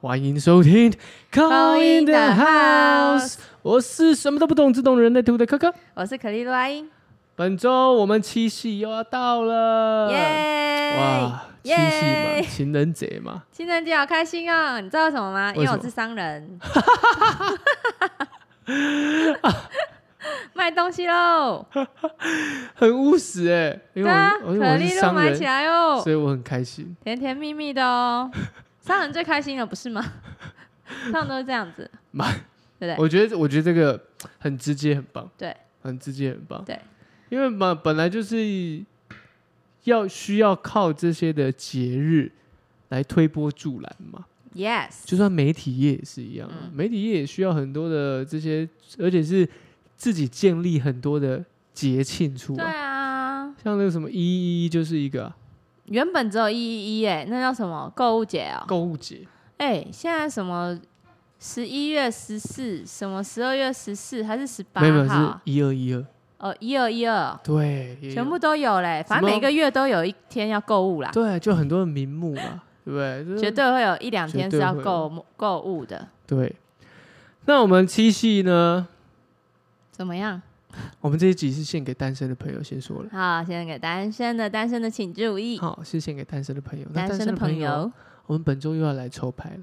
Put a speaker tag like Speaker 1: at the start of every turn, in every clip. Speaker 1: 欢迎收听《Call in the
Speaker 2: in the
Speaker 1: House》，我是什么都不懂，只懂人类图的科科。
Speaker 2: 我是可丽露阿英，
Speaker 1: 本周我们七夕又要到了，
Speaker 2: 耶！
Speaker 1: 呃哇，七夕嘛，
Speaker 2: 耶
Speaker 1: 情人节嘛，
Speaker 2: 情人节好开心哦！你知道为什么吗？
Speaker 1: 为
Speaker 2: 因为
Speaker 1: 什么
Speaker 2: 我是商人， 卖东西喽！
Speaker 1: 很务实哎、因
Speaker 2: 对
Speaker 1: 为我
Speaker 2: 啊，
Speaker 1: 因为
Speaker 2: 可
Speaker 1: 我是
Speaker 2: 丽露
Speaker 1: 商
Speaker 2: 买起
Speaker 1: 人，
Speaker 2: 来哦
Speaker 1: 所，以我很开心。
Speaker 2: 甜甜蜜蜜的哦。商人最开心了，不是吗？通常都是这样子，
Speaker 1: 买
Speaker 2: 对不
Speaker 1: 我觉得，我觉得这个很直接，很棒，
Speaker 2: 对，
Speaker 1: 很直接，很棒，
Speaker 2: 对，
Speaker 1: 因为嘛，本来就是要需要靠这些的节日来推波助澜嘛。
Speaker 2: 对？Yes，
Speaker 1: 就算媒体业也是一样、啊，
Speaker 2: 嗯
Speaker 1: 媒体业也需要很多的这些，而且是自己建立很多的节庆出
Speaker 2: 对
Speaker 1: 来，
Speaker 2: 啊，
Speaker 1: 像那个什么一一一就是一个啊
Speaker 2: 原本只有一一一哎，那叫什么购物节哦？
Speaker 1: 购物节，
Speaker 2: 哎、现在什么十一月十四，什么十二月十四还是十八
Speaker 1: 没有没有是
Speaker 2: 号？啊
Speaker 1: 一二一二，
Speaker 2: 哦，一二一二，
Speaker 1: 对，也有
Speaker 2: 全部都有嘞。反
Speaker 1: 什么
Speaker 2: 正每个月都有一天要购物啦，
Speaker 1: 对，就很多的名目嘛，对不对？就是
Speaker 2: 绝对会有一两
Speaker 1: 绝
Speaker 2: 天
Speaker 1: 对
Speaker 2: 是要
Speaker 1: 会有
Speaker 2: 购物购物的。
Speaker 1: 对。那我们七夕呢？
Speaker 2: 怎么样？
Speaker 1: 我们这一集是献给单身的朋友，先说了。
Speaker 2: 好，现在给单身的单身的请注意，
Speaker 1: 好，是献给单身的朋友。那
Speaker 2: 单身
Speaker 1: 的
Speaker 2: 的朋，友，
Speaker 1: 我们本周又要来抽牌了。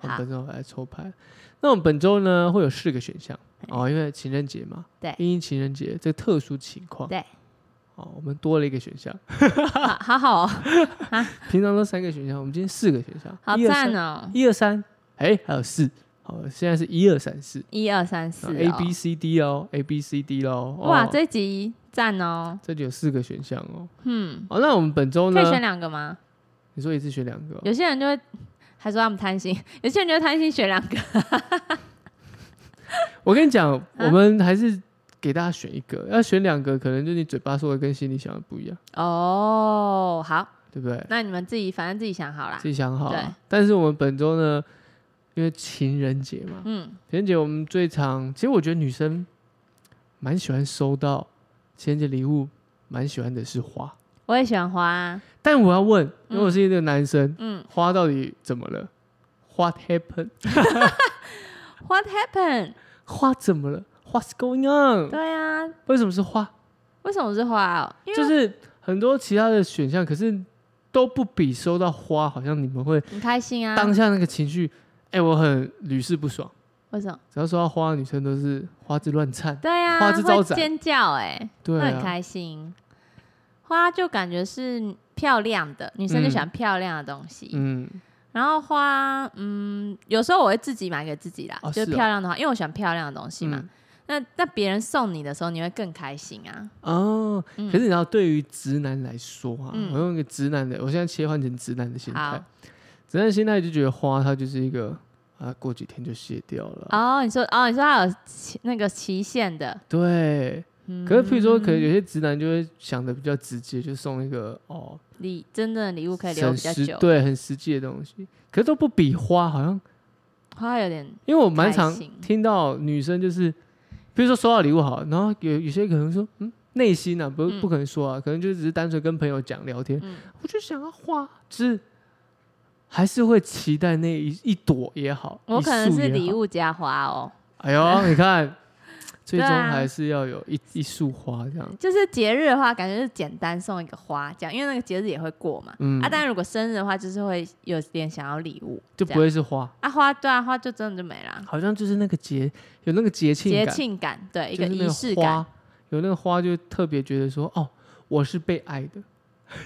Speaker 1: 我们
Speaker 2: 好
Speaker 1: 本周来抽牌。那我们本周呢会有四个选项
Speaker 2: 嘿
Speaker 1: 哦，因为情人节嘛，
Speaker 2: 哎对
Speaker 1: 因为情人节这个特殊情况，
Speaker 2: 对，
Speaker 1: 哦，我们多了一个选项，
Speaker 2: 好好好哦，
Speaker 1: 平常都三个选项，我们今天四个选项，
Speaker 2: 好
Speaker 1: 一二三
Speaker 2: 赞哦！
Speaker 1: 一二三，哎，还有四，好，现在是一二三四
Speaker 2: 一二三四
Speaker 1: 啊
Speaker 2: 哦
Speaker 1: ，A B C D 哦，A B C D 喽，哦
Speaker 2: 哇，这集赞哦，
Speaker 1: 这里有四个选项哦，
Speaker 2: 嗯，
Speaker 1: 好，那我们本周
Speaker 2: 可
Speaker 1: 呢
Speaker 2: 以，选两个吗？
Speaker 1: 你说一次选两个哦，
Speaker 2: 有些人就会还说他们贪心，有些人就会贪心选两个。
Speaker 1: 我跟你讲，
Speaker 2: 啊
Speaker 1: 我们还是给大家选一个，要选两个，可能就你嘴巴说的跟心里想的不一样，
Speaker 2: 哦，好，
Speaker 1: 对不对？
Speaker 2: 那你们自己反正自己想好啦
Speaker 1: 自。己想好、啊
Speaker 2: 对。
Speaker 1: 但是我们本周呢，因为情人节嘛，
Speaker 2: 嗯，
Speaker 1: 情人节我们最常，其实我觉得女生蛮喜欢收到情人节礼物，蛮喜欢的是花。
Speaker 2: 我也喜欢花、啊。
Speaker 1: 但我要问，如果是一个男生，
Speaker 2: 嗯
Speaker 1: 花到底怎么了？What happened？
Speaker 2: ，What happened？
Speaker 1: 花怎么了？What's going on？
Speaker 2: 对啊，
Speaker 1: 为什么是花？
Speaker 2: 为什么是花哦？因为
Speaker 1: 就是很多其他的选项，可是都不比收到花，好像你们会
Speaker 2: 很开心啊。
Speaker 1: 当下那个情绪，哎、我很屡试不爽。
Speaker 2: 为什么？
Speaker 1: 只要说到花，女生都是花枝乱颤。
Speaker 2: 对啊，
Speaker 1: 花枝招展
Speaker 2: 会尖叫哎、
Speaker 1: 对
Speaker 2: 会
Speaker 1: 啊，
Speaker 2: 很开心。花就感觉是漂亮的，女生就喜欢漂亮的东西。
Speaker 1: 嗯，
Speaker 2: 然后花，嗯，有时候我会自己买给自己啦，
Speaker 1: 哦
Speaker 2: 就是
Speaker 1: 哦
Speaker 2: 是漂亮的话，因为我喜欢漂亮的东西嘛。
Speaker 1: 嗯
Speaker 2: 那那别人送你的时候，你会更开心啊。
Speaker 1: 哦，
Speaker 2: 嗯
Speaker 1: 可是你知道，对于直男来说啊，
Speaker 2: 嗯
Speaker 1: 我用一个直男的，我现在切换成直男的心态
Speaker 2: 好，
Speaker 1: 直男心态就觉得花它就是一个啊，过几天就卸掉了。
Speaker 2: 哦，你说哦，你说它有期那个期限的，
Speaker 1: 对，
Speaker 2: 嗯
Speaker 1: 可是譬如说，可能有些直男就会想的比较直接，就送一个哦，
Speaker 2: 礼真正的礼物可以留
Speaker 1: 很
Speaker 2: 比较
Speaker 1: 实
Speaker 2: 久，
Speaker 1: 对，很实际的东西，可是都不比花好像，
Speaker 2: 花有点
Speaker 1: 因为我蛮常
Speaker 2: 开心
Speaker 1: 听到女生就是，比如说收到礼物好了，然后有有些可能说，嗯，内心啊不
Speaker 2: 嗯
Speaker 1: 不可能说啊，可能就只是单纯跟朋友讲聊天，
Speaker 2: 嗯
Speaker 1: 我就想要花，就是还是会期待那一一朵也好，
Speaker 2: 我
Speaker 1: 一
Speaker 2: 可能
Speaker 1: 束
Speaker 2: 是
Speaker 1: 也
Speaker 2: 礼
Speaker 1: 好。
Speaker 2: 物加花哦，
Speaker 1: 哎呦，你 看，最终
Speaker 2: 对啊
Speaker 1: 还是要有一一束花这样。
Speaker 2: 就是节日的话，感觉是简单送一个花这样，因为那个节日也会过嘛。
Speaker 1: 嗯，
Speaker 2: 啊，但如果生日的话，就是会有点想要礼物，
Speaker 1: 就不
Speaker 2: 这样
Speaker 1: 会是花，
Speaker 2: 啊花对啊花就真的就没啦，
Speaker 1: 好像就是那个节有那个节庆
Speaker 2: 节
Speaker 1: 感，
Speaker 2: 庆感对一
Speaker 1: 就
Speaker 2: 个
Speaker 1: 是那
Speaker 2: 仪式
Speaker 1: 花
Speaker 2: 感，
Speaker 1: 有那个花就特别觉得说，哦，我是被爱的，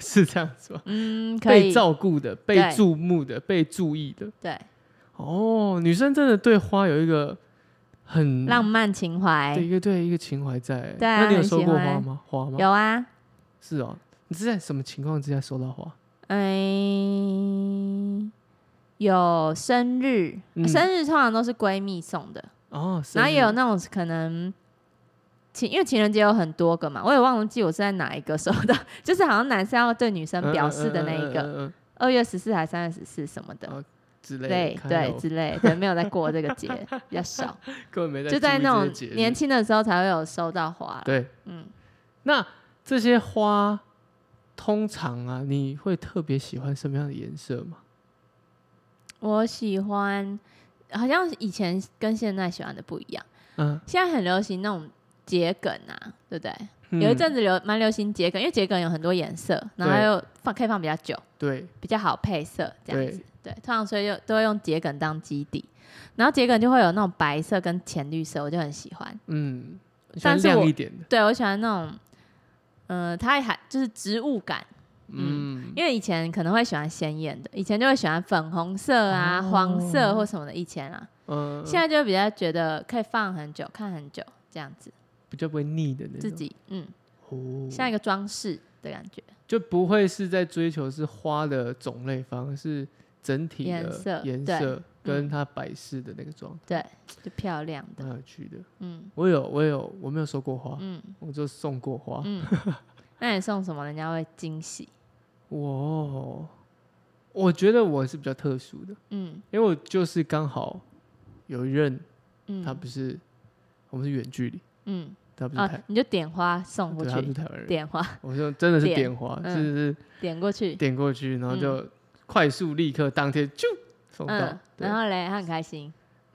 Speaker 1: 是这样子吗？
Speaker 2: 嗯，可
Speaker 1: 被
Speaker 2: 以
Speaker 1: 照顾的、被
Speaker 2: 对
Speaker 1: 注目的、被注意的。
Speaker 2: 对
Speaker 1: 哦，女生真的对花有一个很
Speaker 2: 浪漫情怀
Speaker 1: 嗯对一个对一个情怀在欸。
Speaker 2: 对啊
Speaker 1: 那你有
Speaker 2: 很
Speaker 1: 收
Speaker 2: 喜
Speaker 1: 过花
Speaker 2: 欢
Speaker 1: 吗？花吗？
Speaker 2: 有啊，
Speaker 1: 是哦，你是在什么情况之下收到花？
Speaker 2: 嗯，哎有生日，
Speaker 1: 嗯
Speaker 2: 生日通常都是闺蜜送的。
Speaker 1: 哦，
Speaker 2: 然后也有
Speaker 1: 生日
Speaker 2: 那种可能情，因为情人节有很多个嘛，我也忘记我是在哪一个收到， 就是好像男生要对女生表示的那一
Speaker 1: 嗯嗯嗯
Speaker 2: 个，
Speaker 1: 嗯嗯嗯
Speaker 2: 二月十四还三月十四什么的，
Speaker 1: 哦之类
Speaker 2: 对
Speaker 1: 的，看来
Speaker 2: 对
Speaker 1: 我
Speaker 2: 之类的，没有在过这个 节，比较少，
Speaker 1: 根本没在
Speaker 2: 就在
Speaker 1: 注意
Speaker 2: 那
Speaker 1: 这些
Speaker 2: 种
Speaker 1: 节日
Speaker 2: 年轻的时候才会有收到花啦。
Speaker 1: 对
Speaker 2: 嗯，
Speaker 1: 那这些花通常啊，你会特别喜欢什么样的颜色吗？
Speaker 2: 我喜欢，好像以前跟现在喜欢的不一样。
Speaker 1: 嗯，
Speaker 2: 现在很流行那种桔梗啊，对不对？
Speaker 1: 嗯
Speaker 2: 有一阵子流蛮流行桔梗，因为桔梗有很多颜色，然后
Speaker 1: 对
Speaker 2: 又放可以放比较久，
Speaker 1: 对
Speaker 2: 比较好配色这样子
Speaker 1: 对。
Speaker 2: 对，通常所以就都会用桔梗当基底，然后桔梗就会有那种白色跟浅绿色，我就很喜欢。
Speaker 1: 嗯，喜
Speaker 2: 但
Speaker 1: 欢
Speaker 2: 是我
Speaker 1: 亮一点的，
Speaker 2: 对我喜欢那种，嗯、它还就是植物感，
Speaker 1: 嗯，
Speaker 2: 因为以前可能会喜欢鲜艳的，以前就会喜欢粉红色啊、
Speaker 1: 哦
Speaker 2: 黄色或什么的，以前啊，
Speaker 1: 嗯，
Speaker 2: 现在就比较觉得可以放很久、看很久这样子，
Speaker 1: 比较不会腻的那种，
Speaker 2: 自己嗯，
Speaker 1: 哦，
Speaker 2: 像一个装饰的感觉。
Speaker 1: 就不会是在追求是花的种类，反而是整体
Speaker 2: 颜
Speaker 1: 的
Speaker 2: 色
Speaker 1: 颜
Speaker 2: 对嗯
Speaker 1: 色跟它摆饰的那个状态，
Speaker 2: 对，就漂亮的，
Speaker 1: 蛮有趣的。
Speaker 2: 嗯
Speaker 1: 我有，我有，我没有收过花，
Speaker 2: 嗯
Speaker 1: 我就送过花。
Speaker 2: 嗯。 那你送什么，人家会惊喜？
Speaker 1: 我我觉得我是比较特殊的，
Speaker 2: 嗯
Speaker 1: 因为我就是刚好有一任，他
Speaker 2: 嗯
Speaker 1: 不是、我们是远距离，
Speaker 2: 嗯
Speaker 1: 他不是台，
Speaker 2: 啊，你就点花送过
Speaker 1: 对，他不是
Speaker 2: 去，
Speaker 1: 台湾人，
Speaker 2: 点花
Speaker 1: 我就真的是
Speaker 2: 点
Speaker 1: 点花，
Speaker 2: 嗯
Speaker 1: 就是
Speaker 2: 点过去，
Speaker 1: 点过去，然后就快速立刻当天就送到，
Speaker 2: 嗯，
Speaker 1: 对，
Speaker 2: 然后嘞，他很开心，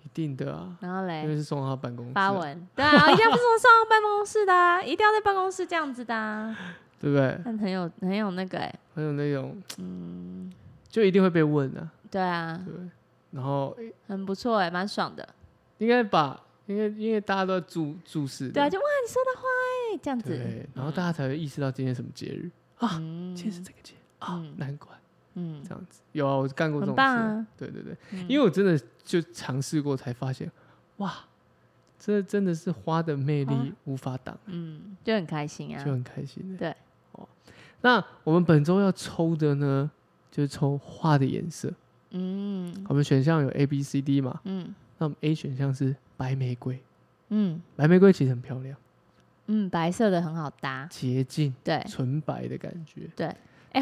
Speaker 1: 一定的啊，
Speaker 2: 然后
Speaker 1: 因
Speaker 2: 嘞
Speaker 1: 为是送到他办公室
Speaker 2: 发
Speaker 1: 啊，
Speaker 2: 文，对啊，一定要不送送到办公室的啊， 一定要在办公室这样子的啊，
Speaker 1: 对不对？
Speaker 2: 但很有很有那个哎，
Speaker 1: 很有那种，
Speaker 2: 嗯，
Speaker 1: 就一定会被问啊，
Speaker 2: 对啊
Speaker 1: 对，不对。然后
Speaker 2: 很不错哎，蛮爽的，
Speaker 1: 应该把，应该因为大家都在注注视的，
Speaker 2: 对啊，就哇，你收到花哎，这样子，
Speaker 1: 对，然后大家才会意识到今天什么节日，
Speaker 2: 嗯
Speaker 1: 今天是这个节啊
Speaker 2: 嗯，
Speaker 1: 难怪
Speaker 2: 嗯
Speaker 1: 这，样子。有啊，我干 过这种
Speaker 2: 很
Speaker 1: 事
Speaker 2: 棒
Speaker 1: 啊，
Speaker 2: 啊，
Speaker 1: 对对对，
Speaker 2: 嗯
Speaker 1: 因为我真的就尝试过，才发现，哇，这真的是花的魅力
Speaker 2: 花
Speaker 1: 无法挡，
Speaker 2: 嗯，就很开心啊
Speaker 1: 就，很开心的。
Speaker 2: 对，
Speaker 1: 哦，那我们本周要抽的呢，就是抽花的颜色。
Speaker 2: 嗯
Speaker 1: 我们选项有 A、B、C、D 嘛，
Speaker 2: 嗯
Speaker 1: 那我们 A 选项是白玫瑰，
Speaker 2: 嗯
Speaker 1: 白玫瑰其实很漂亮，
Speaker 2: 嗯，白色的很好搭，
Speaker 1: 洁净、
Speaker 2: 对，
Speaker 1: 纯白的感觉。
Speaker 2: 哎，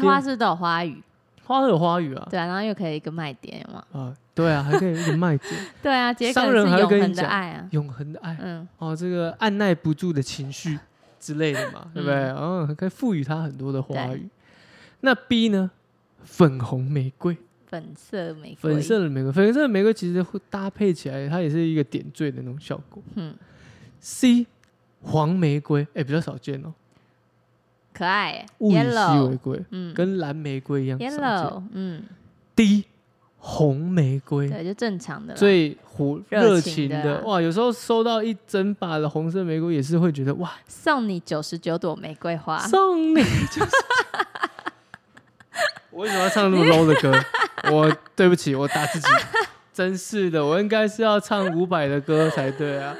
Speaker 1: 对
Speaker 2: 花是不是都有花语？
Speaker 1: 花有花语啊，
Speaker 2: 对啊，然后又可以一个卖点，有吗？
Speaker 1: 啊，对啊，还可以一个卖点。
Speaker 2: 对啊，桔梗
Speaker 1: 商人
Speaker 2: 是
Speaker 1: 还会
Speaker 2: 永
Speaker 1: 跟你
Speaker 2: 恒的
Speaker 1: 讲
Speaker 2: 爱啊。
Speaker 1: 永恒的爱
Speaker 2: 嗯，
Speaker 1: 哦，这个按耐不住的情绪之类的嘛，对不对？嗯，可以赋予它很多的花语。那 B 呢？粉红玫瑰，
Speaker 2: 粉色玫瑰，
Speaker 1: 粉色的玫瑰，粉色的玫瑰其实会搭配起来，它也是一个点缀的那种效果。
Speaker 2: 嗯，
Speaker 1: C 黄玫瑰，哎，比较少见哦，
Speaker 2: 可爱欸
Speaker 1: 物以稀为
Speaker 2: ，yellow，
Speaker 1: 贵，
Speaker 2: 嗯
Speaker 1: 跟蓝玫瑰一样少见。
Speaker 2: ，yellow，嗯，
Speaker 1: D 红玫瑰，
Speaker 2: 对，就正常的啦，
Speaker 1: 最火热
Speaker 2: 热
Speaker 1: 情
Speaker 2: 情的啊
Speaker 1: 的哇！有时候收到一整把的红色玫瑰，也是会觉得哇，
Speaker 2: 送你九十九朵玫瑰花，
Speaker 1: 送你就是。我为什么要唱那么 low 的歌？ 我对不起，我打自己，真是的，我应该是要唱伍佰的歌才对啊。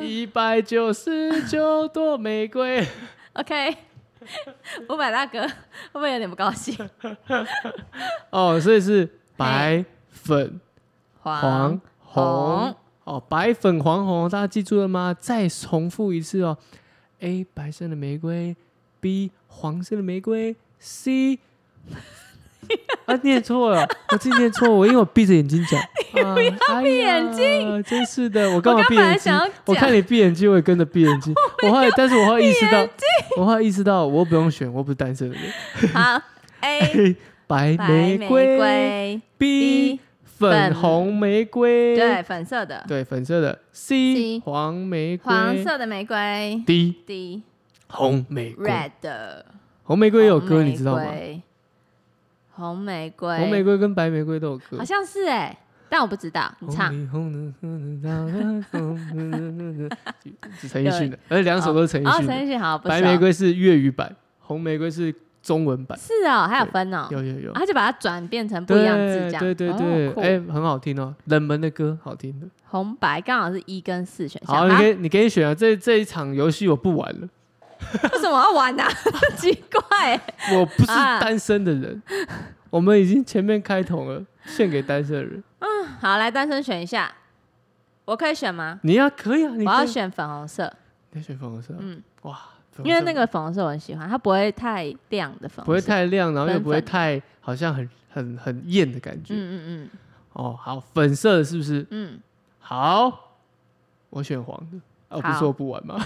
Speaker 1: 一百九十九朵玫瑰，
Speaker 2: OK，五百大哥会不会有点不高兴？
Speaker 1: 哦，所以是白粉黄红
Speaker 2: 红
Speaker 1: 哦，白粉黄红，大家记住了吗？再重复一次哦。A 白色的玫瑰，B 黄色的玫瑰，C 啊念错了，我自己念错，我因为我闭着眼 睛讲，啊、闭
Speaker 2: 眼
Speaker 1: 睛、真是的，我干
Speaker 2: 我
Speaker 1: 嘛
Speaker 2: 刚
Speaker 1: 闭
Speaker 2: 本来
Speaker 1: 眼睛
Speaker 2: 想？要
Speaker 1: 我看
Speaker 2: 讲，
Speaker 1: 你闭眼睛，我也跟着闭眼 睛。我后来，但是我后来意识到，我后来意识到，我不用选，我不是单身 的人。
Speaker 2: 好 A
Speaker 1: A 白
Speaker 2: 白
Speaker 1: 玫
Speaker 2: 玫
Speaker 1: 瑰
Speaker 2: 瑰
Speaker 1: b
Speaker 2: B，
Speaker 1: 粉
Speaker 2: 粉
Speaker 1: 红玫瑰，
Speaker 2: 对，粉色的，
Speaker 1: 对，粉色的 C
Speaker 2: C
Speaker 1: 黄玫瑰，
Speaker 2: 黄色的玫瑰
Speaker 1: D
Speaker 2: D
Speaker 1: 红玫瑰
Speaker 2: red 的，
Speaker 1: 红玫瑰也有
Speaker 2: 红
Speaker 1: 歌，
Speaker 2: 玫
Speaker 1: 你知道吗？
Speaker 2: 瑰？红玫瑰，
Speaker 1: 红玫瑰跟白玫瑰都有歌
Speaker 2: 好。像是哎，但我不知道，你唱。
Speaker 1: 红 是陈奕迅的，而且两首都是陈
Speaker 2: 哦
Speaker 1: 奕，迅
Speaker 2: 陈
Speaker 1: 的。
Speaker 2: 奕迅好，不
Speaker 1: 白
Speaker 2: 熟
Speaker 1: 玫瑰是粤语版，红玫瑰是中文版。
Speaker 2: 是哦，还有分哦，
Speaker 1: 有有有
Speaker 2: 啊，他就把它转变成不一
Speaker 1: 对
Speaker 2: 样字这样，
Speaker 1: 对对
Speaker 2: 哦
Speaker 1: 对，
Speaker 2: 酷
Speaker 1: 哎，很好听哦，冷门的歌好听的。
Speaker 2: 红白刚好是一跟四选项，
Speaker 1: 好，你
Speaker 2: 啊
Speaker 1: 可以你可以选啊，这这一场游戏我不玩了，
Speaker 2: 为什么要玩啊？ 奇怪欸，
Speaker 1: 我不是
Speaker 2: 啊
Speaker 1: 单身的人，我们已经前面开筒了，献给单身的人。
Speaker 2: 好，来单身选一下，我可以选吗？
Speaker 1: 你要可以啊，你
Speaker 2: 我要
Speaker 1: 可以
Speaker 2: 选粉红色，
Speaker 1: 你要选粉红色啊，
Speaker 2: 嗯，
Speaker 1: 哇，粉红色
Speaker 2: 因为那个粉红色我很喜欢，它不会太亮的粉
Speaker 1: 不
Speaker 2: 红
Speaker 1: 会
Speaker 2: 色，
Speaker 1: 太亮，然后又
Speaker 2: 粉
Speaker 1: 不会
Speaker 2: 粉的
Speaker 1: 太好像很很很艳的感觉。
Speaker 2: 嗯嗯嗯
Speaker 1: 哦，好，粉色的是不是？
Speaker 2: 嗯，
Speaker 1: 好，我选黄的。哦，不是
Speaker 2: 好
Speaker 1: 说不玩吗？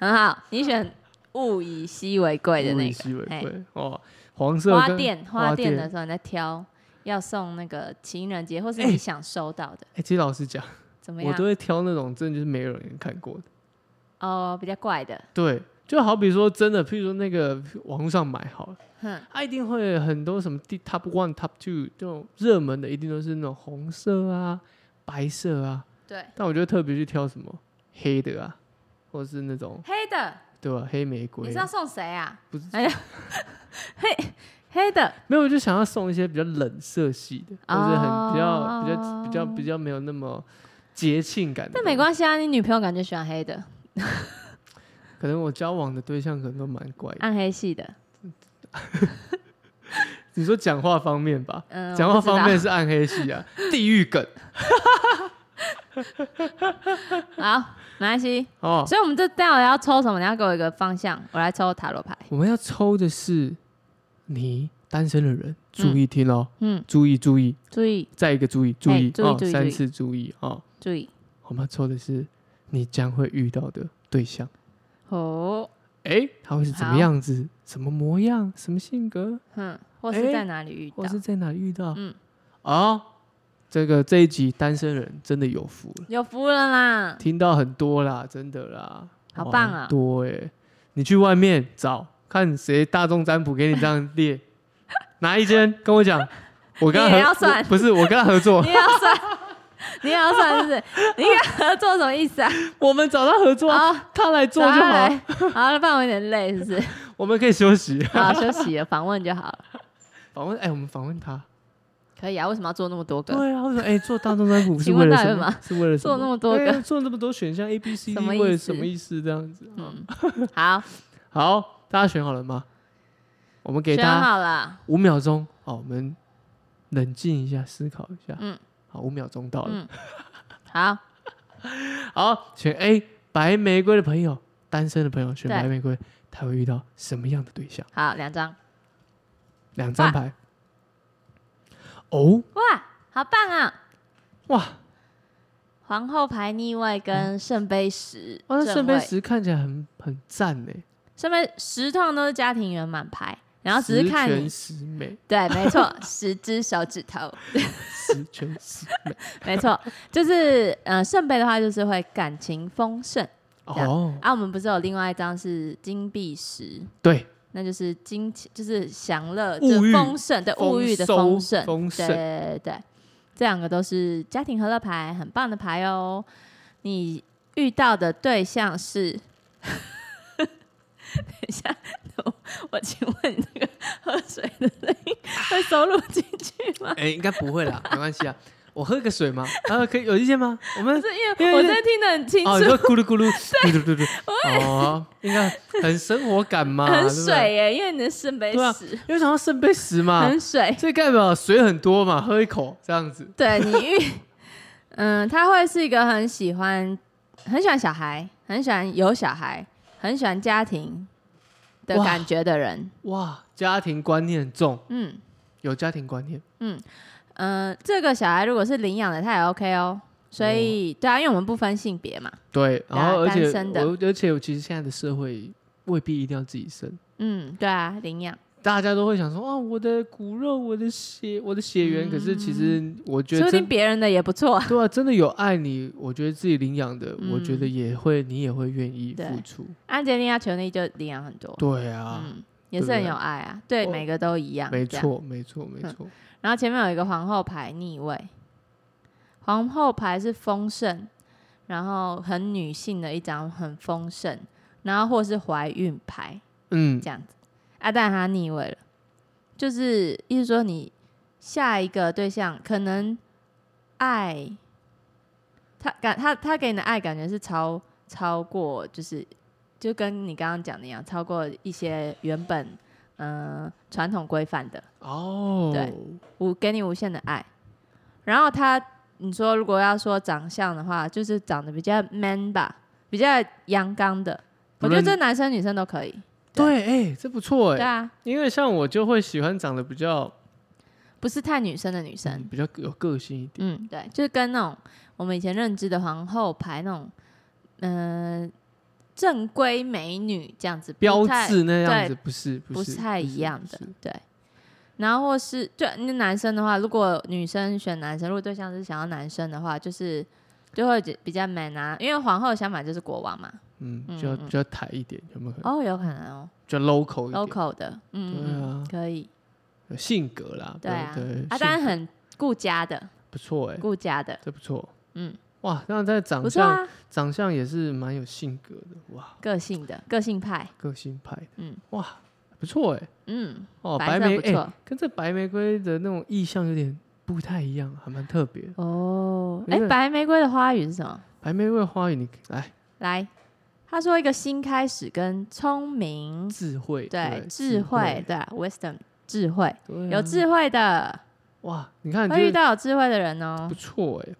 Speaker 2: 很好，你选物以稀为贵的
Speaker 1: 物
Speaker 2: 那
Speaker 1: 以
Speaker 2: 个，
Speaker 1: 稀为
Speaker 2: 嘿
Speaker 1: 贵哦，黄色
Speaker 2: 花
Speaker 1: 跟
Speaker 2: 店
Speaker 1: 花
Speaker 2: 花店
Speaker 1: 店
Speaker 2: 的时候你在挑，要送那个情人节，或是
Speaker 1: 哎
Speaker 2: 你想收到的，
Speaker 1: 哎、其实老实讲，
Speaker 2: 怎么
Speaker 1: 我
Speaker 2: 样
Speaker 1: 都？会挑那种真的就是没有人看过的。
Speaker 2: 哦，比较怪的，
Speaker 1: 对，就好比说真的，譬如说那个网络上买好了，
Speaker 2: 哼，
Speaker 1: 它、一定会有很多什么第 top one、top two 这种热门的，一定都是那种红色啊、白色啊。
Speaker 2: 对，
Speaker 1: 但我就会特别去挑什么黑的啊，或是那种
Speaker 2: 黑的，
Speaker 1: 对吧、黑玫
Speaker 2: 你
Speaker 1: 瑰
Speaker 2: 是
Speaker 1: 啊、
Speaker 2: 要送谁啊？
Speaker 1: 不是
Speaker 2: 哎呀， 黑黑的，
Speaker 1: 没有，我就想要送一些比较冷色系的，或是很比较比较比较
Speaker 2: 哦
Speaker 1: 比较没有那么节庆感的东
Speaker 2: 但
Speaker 1: 西。
Speaker 2: 没关系啊，你女朋友感觉喜欢黑的，
Speaker 1: 可能我交往的对象可能都蛮怪的。
Speaker 2: 暗黑系的，
Speaker 1: 你说讲话方面吧，
Speaker 2: 嗯，
Speaker 1: 讲话
Speaker 2: 我不知道
Speaker 1: 方面是暗黑系啊，地狱梗
Speaker 2: 好，没关系。
Speaker 1: 哦。
Speaker 2: 所以我们这待会要抽什么？你要给我一个方向，我来抽塔罗牌。
Speaker 1: 我们要抽的是你单身的人，注意听哦，
Speaker 2: 嗯，
Speaker 1: 注意注意，
Speaker 2: 注意
Speaker 1: 再一个注意注意
Speaker 2: 哎注意
Speaker 1: 哦
Speaker 2: 注，意注
Speaker 1: 三
Speaker 2: 意
Speaker 1: 次注意哦。
Speaker 2: 注意
Speaker 1: 我们要抽的是你将会遇到的对象，
Speaker 2: 哦，
Speaker 1: 哎，他会是怎么
Speaker 2: 好
Speaker 1: 样子，什么模样，什么性格，
Speaker 2: 哼，或是
Speaker 1: 哎
Speaker 2: 在哪里遇到
Speaker 1: 或？是在哪遇到？
Speaker 2: 嗯，
Speaker 1: 哦，这个这一集单身人真的有福了，
Speaker 2: 有福了啦！
Speaker 1: 听到很多啦，真的啦，
Speaker 2: 好
Speaker 1: 哇
Speaker 2: 棒啊
Speaker 1: 很多哎，你去外面找看谁大众占卜给你这样 列，哪一间跟我讲，我跟他
Speaker 2: 你也
Speaker 1: 合
Speaker 2: 要算
Speaker 1: 我不是我跟他合作
Speaker 2: 你，也要算，你也要算，是不是？你跟合作什么意思啊？
Speaker 1: 我们找他合作啊，
Speaker 2: 好，
Speaker 1: 他来做就
Speaker 2: 早上
Speaker 1: 好
Speaker 2: 来
Speaker 1: 了，。
Speaker 2: 好，不然我有点累，是不 是？
Speaker 1: 我们可以休息。
Speaker 2: 好，休息了，访问就好了。
Speaker 1: 访问哎、我们访问他。
Speaker 2: 可以啊，为什么要做那么多个？
Speaker 1: 对啊，为什么？哎、做大众占 卜是
Speaker 2: 请
Speaker 1: 为
Speaker 2: 问
Speaker 1: 了
Speaker 2: 到底
Speaker 1: 什
Speaker 2: 为什
Speaker 1: 么？是为了什
Speaker 2: 做那么多
Speaker 1: 哎
Speaker 2: 个
Speaker 1: 做那么多选项 A、B、C、D，
Speaker 2: 什么意
Speaker 1: 为了
Speaker 2: 思
Speaker 1: 什么意思？这样子。
Speaker 2: 嗯，好，
Speaker 1: 好，大家选好了吗？我们给
Speaker 2: 选
Speaker 1: 大家
Speaker 2: 好了。
Speaker 1: 五秒钟，好，我们冷静一下，思考一下。
Speaker 2: 嗯，
Speaker 1: 好，五秒钟到了。
Speaker 2: 嗯，好，
Speaker 1: 好，选 A 白玫瑰的朋友，单身的朋友选
Speaker 2: 对
Speaker 1: 白玫瑰，他会遇到什么样的对象？
Speaker 2: 好，两张。
Speaker 1: 两张牌。哦，
Speaker 2: 哇，好棒啊！
Speaker 1: 哇，
Speaker 2: 皇后牌逆位跟圣杯十，
Speaker 1: 哇，那
Speaker 2: 正
Speaker 1: 圣杯
Speaker 2: 位
Speaker 1: 十看起来很很赞呢。
Speaker 2: 圣杯十通常都是家庭圆满牌，然后只是看
Speaker 1: 十全
Speaker 2: 你
Speaker 1: 十美，
Speaker 2: 对，没错，十只手指头，
Speaker 1: 十全 十美。
Speaker 2: 没错，就是呃圣杯的话就是会感情丰盛这样
Speaker 1: 哦，
Speaker 2: 啊。我们不是有另外一张是金币十，
Speaker 1: 对，
Speaker 2: 那就是金钱就是享乐，
Speaker 1: 物
Speaker 2: 就是
Speaker 1: 欲
Speaker 2: 丰盛对物欲的
Speaker 1: 收
Speaker 2: 丰盛，
Speaker 1: 丰
Speaker 2: 对
Speaker 1: 盛，
Speaker 2: 对对对，这两个都是家庭和乐牌，很棒的牌哦。你遇到的对象是， 等一下，我我请问你那个喝水的声音会收录进去吗？
Speaker 1: 哎、应该不会啦，没关系啊。我喝个水吗？啊，可以有意见吗？我们
Speaker 2: 不是因
Speaker 1: 因
Speaker 2: 为
Speaker 1: 为
Speaker 2: 我真的听得很清
Speaker 1: 哦，你
Speaker 2: 楚，
Speaker 1: 说咕噜咕 噜，咕噜咕噜，哦，应该很生活感嘛，
Speaker 2: 很
Speaker 1: 啊对不对
Speaker 2: 水耶，因为你的圣杯
Speaker 1: 对啊
Speaker 2: 十
Speaker 1: 因为想要圣杯十嘛，
Speaker 2: 很水，
Speaker 1: 所以代表水很多嘛，喝一口这样子。
Speaker 2: 对你遇，嗯，他会是一个很喜欢、很喜欢小孩、很喜欢有小孩、很喜欢家庭的
Speaker 1: 哇
Speaker 2: 感觉的人。
Speaker 1: 哇，家庭观念很重，
Speaker 2: 嗯
Speaker 1: 有家庭观念，
Speaker 2: 嗯、呃这个小孩如果是领养的，他也 OK 哦。所以、对啊，因为我们不分性别嘛。
Speaker 1: 对，
Speaker 2: 对啊
Speaker 1: 然后而且
Speaker 2: 单身的
Speaker 1: 我而且我其实现在的社会未必一定要自己生。
Speaker 2: 嗯，对啊，领养。
Speaker 1: 大家都会想说啊，我的骨肉，我的血，我的血缘。可是其实我觉
Speaker 2: 嗯说
Speaker 1: 得
Speaker 2: 不
Speaker 1: 真
Speaker 2: 定别人的也不错啊。
Speaker 1: 对啊，真的有爱你，我觉得自己领养的，我觉得
Speaker 2: 嗯
Speaker 1: 也会，你也会愿意
Speaker 2: 对
Speaker 1: 付出。
Speaker 2: 安吉丽亚·裘丽就领养很多，
Speaker 1: 对啊，
Speaker 2: 嗯，也是很有爱啊。对，
Speaker 1: 我
Speaker 2: 每个都一样，
Speaker 1: 没
Speaker 2: 嗯这样
Speaker 1: 错，没错，没
Speaker 2: 嗯
Speaker 1: 错。
Speaker 2: 然后前面有一个皇后牌逆位，皇后牌是丰盛，然后很女性的一张，很丰盛，然后或是怀孕牌
Speaker 1: 嗯，
Speaker 2: 这样子。啊，但它逆位了，就是意思说你下一个对象可能爱他感他他给你的爱感觉是超超过就是就跟你刚刚讲的一样，超过一些原本嗯、呃传统规范的。
Speaker 1: 哦，
Speaker 2: 对无给你无限的爱。然后他，你说如果要说长相的话，就是长得比较 man 吧，比较阳刚的。
Speaker 1: 不
Speaker 2: 我觉得
Speaker 1: 论
Speaker 2: 这男生女生都可以。
Speaker 1: 对，哎、这不错
Speaker 2: 对
Speaker 1: 哎、
Speaker 2: 啊，
Speaker 1: 因为像我就会喜欢长得比较、
Speaker 2: 不是太女生的女
Speaker 1: 嗯
Speaker 2: 生。
Speaker 1: 比较有个性一点。
Speaker 2: 嗯，对，就是跟那种我们以前认知的皇后牌那种，嗯、正规美女这样子，不
Speaker 1: 标
Speaker 2: 太
Speaker 1: 志那样
Speaker 2: 对
Speaker 1: 子不是不
Speaker 2: 嗯不
Speaker 1: 是
Speaker 2: 太一样
Speaker 1: 不
Speaker 2: 的
Speaker 1: 是。
Speaker 2: 对，然后或是就那男生的话，如果女生选男生，如果对象是想要男生的话，就是就会比比较 man 啊，因为皇后的想法就是国王嘛。
Speaker 1: 嗯，就要
Speaker 2: 嗯嗯
Speaker 1: 就要抬一点，有没有可能？
Speaker 2: 哦，有可能哦
Speaker 1: 就 local 一点，
Speaker 2: ，local 的，嗯
Speaker 1: 对
Speaker 2: 嗯，
Speaker 1: 啊
Speaker 2: 嗯可以，
Speaker 1: 有性格啦，
Speaker 2: 对啊
Speaker 1: 对，
Speaker 2: 啊，
Speaker 1: 性
Speaker 2: 当然很顾家的，
Speaker 1: 不错哎，
Speaker 2: 顾家的，
Speaker 1: 这不错，
Speaker 2: 嗯，
Speaker 1: 哇，那在长
Speaker 2: 不错
Speaker 1: 相
Speaker 2: 啊，
Speaker 1: 长相也是蛮有性格的，哇，
Speaker 2: 个性的，个性派，
Speaker 1: 个性派的，
Speaker 2: 嗯，
Speaker 1: 哇，不错哎，
Speaker 2: 嗯，
Speaker 1: 哦，白
Speaker 2: 白色
Speaker 1: 玫
Speaker 2: 不
Speaker 1: 哎
Speaker 2: 错
Speaker 1: 跟这白玫瑰的那种意象有点不太一样，还蛮特别的。
Speaker 2: 哦，
Speaker 1: 因
Speaker 2: 哎，
Speaker 1: 为
Speaker 2: 白玫瑰的花语是什么？
Speaker 1: 白玫瑰花语，你哎来
Speaker 2: 来，他说一个新开始跟聪明，
Speaker 1: 智慧，
Speaker 2: 对，
Speaker 1: 不
Speaker 2: 智慧，，对啊，wisdom，智慧，
Speaker 1: 对啊
Speaker 2: 有智慧的，
Speaker 1: 哇，你看
Speaker 2: 会遇
Speaker 1: 这个
Speaker 2: 到有智慧的人哦
Speaker 1: 不，错哎，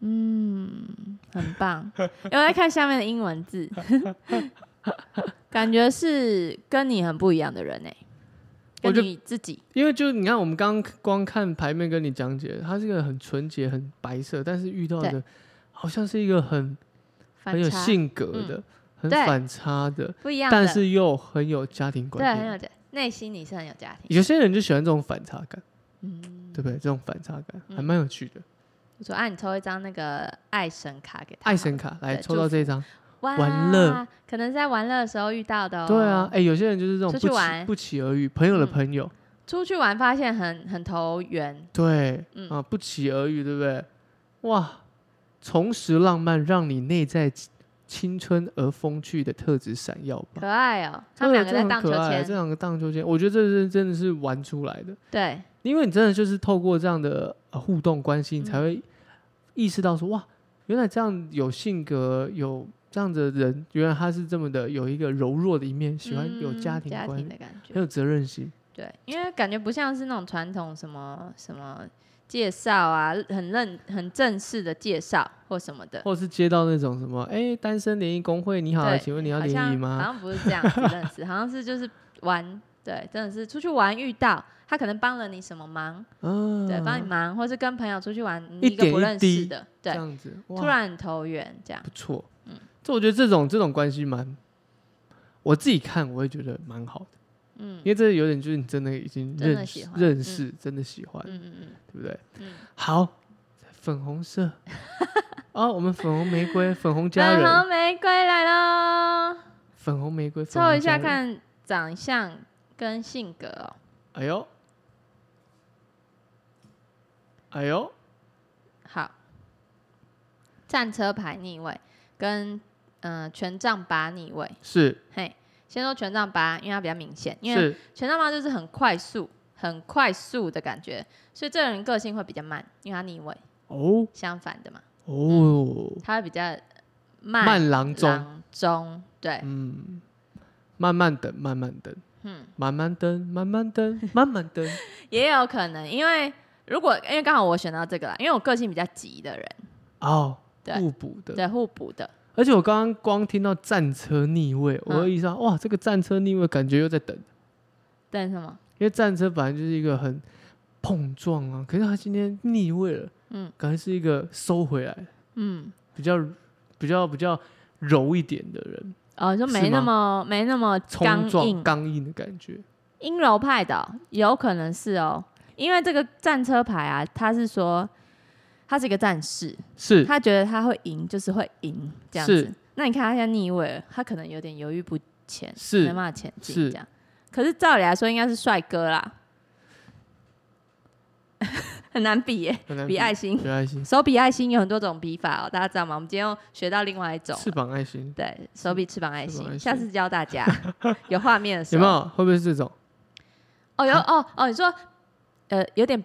Speaker 2: 嗯，很棒。 有来看下面的英文字，感觉是跟你很不一样的人哎，
Speaker 1: 我
Speaker 2: 跟
Speaker 1: 就
Speaker 2: 你自己，
Speaker 1: 因为就你看，我们刚刚光看牌面跟你讲解，它是一个很纯洁、很白色，但是遇到的好像是一个很
Speaker 2: 反
Speaker 1: 很有
Speaker 2: 差嗯
Speaker 1: 性格的、很
Speaker 2: 对
Speaker 1: 反差的，
Speaker 2: 不一样的，
Speaker 1: 但是又很有家庭观
Speaker 2: 对，很
Speaker 1: 念。
Speaker 2: 有家，内心你是很有家庭，
Speaker 1: 有些人就喜欢这种反差感，
Speaker 2: 嗯，
Speaker 1: 对不对？这种反差感
Speaker 2: 嗯
Speaker 1: 还蛮有趣的。
Speaker 2: 我说啊，你抽一张那个爱神卡给他，
Speaker 1: 爱神卡来
Speaker 2: 对
Speaker 1: 抽到
Speaker 2: 祝
Speaker 1: 这一张，
Speaker 2: 哇
Speaker 1: 玩乐，
Speaker 2: 可能是在玩乐的时候遇到的哦，
Speaker 1: 对啊，哎，有些人就是这种
Speaker 2: 出
Speaker 1: 不
Speaker 2: 去
Speaker 1: 期
Speaker 2: 玩
Speaker 1: 不期而遇，朋友的
Speaker 2: 嗯
Speaker 1: 朋友，
Speaker 2: 出去玩发现很很投缘，
Speaker 1: 对
Speaker 2: 嗯
Speaker 1: 啊，不期而遇，对不对？哇，重拾浪漫，让你内在青春而风趣的特质闪耀吧。
Speaker 2: 可爱哦。他们两个
Speaker 1: 这
Speaker 2: 在
Speaker 1: 很
Speaker 2: 荡秋
Speaker 1: 可爱这
Speaker 2: 千，
Speaker 1: 两个荡秋千，我觉得这是真的是玩出来的，
Speaker 2: 对，
Speaker 1: 因为你真的就是透过这样的、呃、互动关系，你才
Speaker 2: 嗯
Speaker 1: 会意识到说，哇，原来这样有性格、有这样的人，原来他是这么的有一个柔弱的一面，喜欢有
Speaker 2: 嗯
Speaker 1: 家庭
Speaker 2: 家
Speaker 1: 观
Speaker 2: 庭
Speaker 1: 念，
Speaker 2: 的感觉
Speaker 1: 很，有责任心。
Speaker 2: 对，因为感觉不像是那种传统什么什么介绍啊，很认很正式的介绍或什么的，
Speaker 1: 或是接到那种什么，哎、单身联谊工会，你好，
Speaker 2: 对
Speaker 1: 请问你要
Speaker 2: 好
Speaker 1: 联谊
Speaker 2: 像
Speaker 1: 吗
Speaker 2: 好？像不是这样子认识，好像是就是玩，对，真的是出去玩遇到他可能帮了你什么忙，
Speaker 1: 嗯，
Speaker 2: 啊对，帮你忙，或是跟朋友出去玩，你
Speaker 1: 一
Speaker 2: 个
Speaker 1: 点
Speaker 2: 不
Speaker 1: 一
Speaker 2: 认
Speaker 1: 滴
Speaker 2: 识的，
Speaker 1: 这
Speaker 2: 对，
Speaker 1: 样子，哇
Speaker 2: 突然很投缘这样
Speaker 1: 不，错。
Speaker 2: 嗯
Speaker 1: 这我觉得这种这种关系蛮，我自己看我会觉得蛮好的，
Speaker 2: 嗯
Speaker 1: 因为这有点就是你真的已经
Speaker 2: 真的
Speaker 1: 认
Speaker 2: 喜
Speaker 1: 识
Speaker 2: 欢
Speaker 1: 认
Speaker 2: 嗯
Speaker 1: 识，真的喜欢，
Speaker 2: 嗯嗯
Speaker 1: 对不对？
Speaker 2: 嗯嗯。
Speaker 1: 好，粉红 色啊，我们粉红玫瑰、粉红家
Speaker 2: 粉
Speaker 1: 人、
Speaker 2: 红玫瑰来喽，
Speaker 1: 粉红玫瑰，粉
Speaker 2: 抽
Speaker 1: 红
Speaker 2: 一
Speaker 1: 家
Speaker 2: 下
Speaker 1: 人。
Speaker 2: 看长相跟性格哦。
Speaker 1: 哎呦，哎呦，
Speaker 2: 好，战车牌逆位跟嗯、呃权杖八逆位，
Speaker 1: 是
Speaker 2: 嘿，先说权杖八，因为它比较明显，因为
Speaker 1: 是
Speaker 2: 权杖八就是很快速、很快速的感觉，所以这个人个性会比较慢，因为他逆位，
Speaker 1: 哦
Speaker 2: 相反的嘛，
Speaker 1: 哦，
Speaker 2: 他会比较慢
Speaker 1: 慢郎中，
Speaker 2: 郎中，对，
Speaker 1: 嗯，慢慢等，慢慢等。
Speaker 2: 嗯，
Speaker 1: 慢慢等，慢慢等， 慢慢等。
Speaker 2: 也有可能，因为如果因为刚好我选到这个啦，因为我个性比较急的人，
Speaker 1: 哦，
Speaker 2: 对
Speaker 1: 互补的。
Speaker 2: 对，互补的，
Speaker 1: 而且我刚刚光听到战车逆位，我
Speaker 2: 嗯
Speaker 1: 会意识到，哇，这个战车逆位感觉又在等，
Speaker 2: 对什么？
Speaker 1: 因为战车本来就是一个很碰撞啊，可是他今天逆位了，
Speaker 2: 嗯
Speaker 1: 感觉是一个收回来，
Speaker 2: 嗯，
Speaker 1: 比较比较比较柔一点的人，
Speaker 2: 哦，就是没
Speaker 1: 吗
Speaker 2: 那么没那么
Speaker 1: 冲
Speaker 2: 刚
Speaker 1: 撞
Speaker 2: 硬，
Speaker 1: 刚硬的感觉。
Speaker 2: 阴柔派的哦、有可能是哦，因为这个战车牌啊，他是说他是一个战士，
Speaker 1: 是
Speaker 2: 他觉得他会赢，就是会赢这样子
Speaker 1: 是。
Speaker 2: 那你看他现在逆位了，他可能有点犹豫不前，没
Speaker 1: 是
Speaker 2: 办，法前
Speaker 1: 是
Speaker 2: 进这样。可是照理来说，应该是帅哥啦， 很难比耶、
Speaker 1: 很难
Speaker 2: 比爱心。
Speaker 1: 比爱心，
Speaker 2: 手比爱心有很多种比法哦，大家知道吗？我们今天又学到另外一种了，
Speaker 1: 翅膀爱心
Speaker 2: 对手比翅膀爱
Speaker 1: 翅膀爱心
Speaker 2: 心，下次教 大家有画面的时
Speaker 1: 有
Speaker 2: 候
Speaker 1: 没。有？会不会是这种？
Speaker 2: 哦，有哦哦，你说，呃，有点，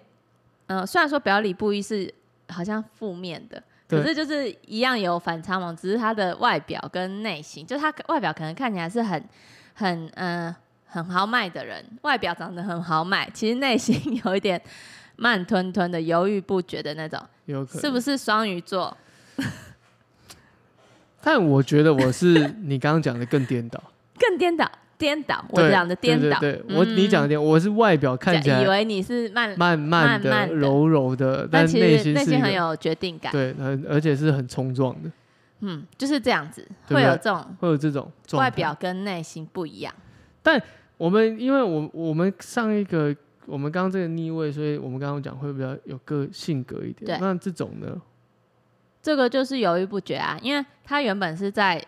Speaker 2: 呃，虽然说表里不一是好像负面的，可
Speaker 1: 对
Speaker 2: 是就是一样有反差萌，只是他的外表跟内心，就是他外表可能看起来是很很嗯、呃、很豪迈的人，外表长得很豪迈，其实内心 有一点慢吞吞的、犹豫不决的那种，
Speaker 1: 有可能
Speaker 2: 是不是双鱼座？
Speaker 1: 但我觉得我是你刚刚讲的更颠倒，
Speaker 2: 更颠倒，颠倒， 我
Speaker 1: 对
Speaker 2: 讲的颠倒，嗯
Speaker 1: 对对对我你讲的颠，我是外表看起
Speaker 2: 以
Speaker 1: 来
Speaker 2: 为你是慢，
Speaker 1: 慢慢的、
Speaker 2: 慢慢的
Speaker 1: 柔柔的，
Speaker 2: 但
Speaker 1: 但
Speaker 2: 其
Speaker 1: 内
Speaker 2: 实
Speaker 1: 心
Speaker 2: 内
Speaker 1: 是一
Speaker 2: 心
Speaker 1: 个
Speaker 2: 很有决定感。
Speaker 1: 对，很而且是很冲撞的，
Speaker 2: 嗯，就是这样子，
Speaker 1: 对不
Speaker 2: 会有
Speaker 1: 对
Speaker 2: 这种
Speaker 1: 会有这种状态
Speaker 2: 外表。跟内心不一样。
Speaker 1: 我们因为我我们上一个我们刚刚这个逆位，所以我们刚刚讲会比较有个性格一
Speaker 2: 对
Speaker 1: 点。那这种呢？
Speaker 2: 这个就是犹豫不决啊，因为他原本是在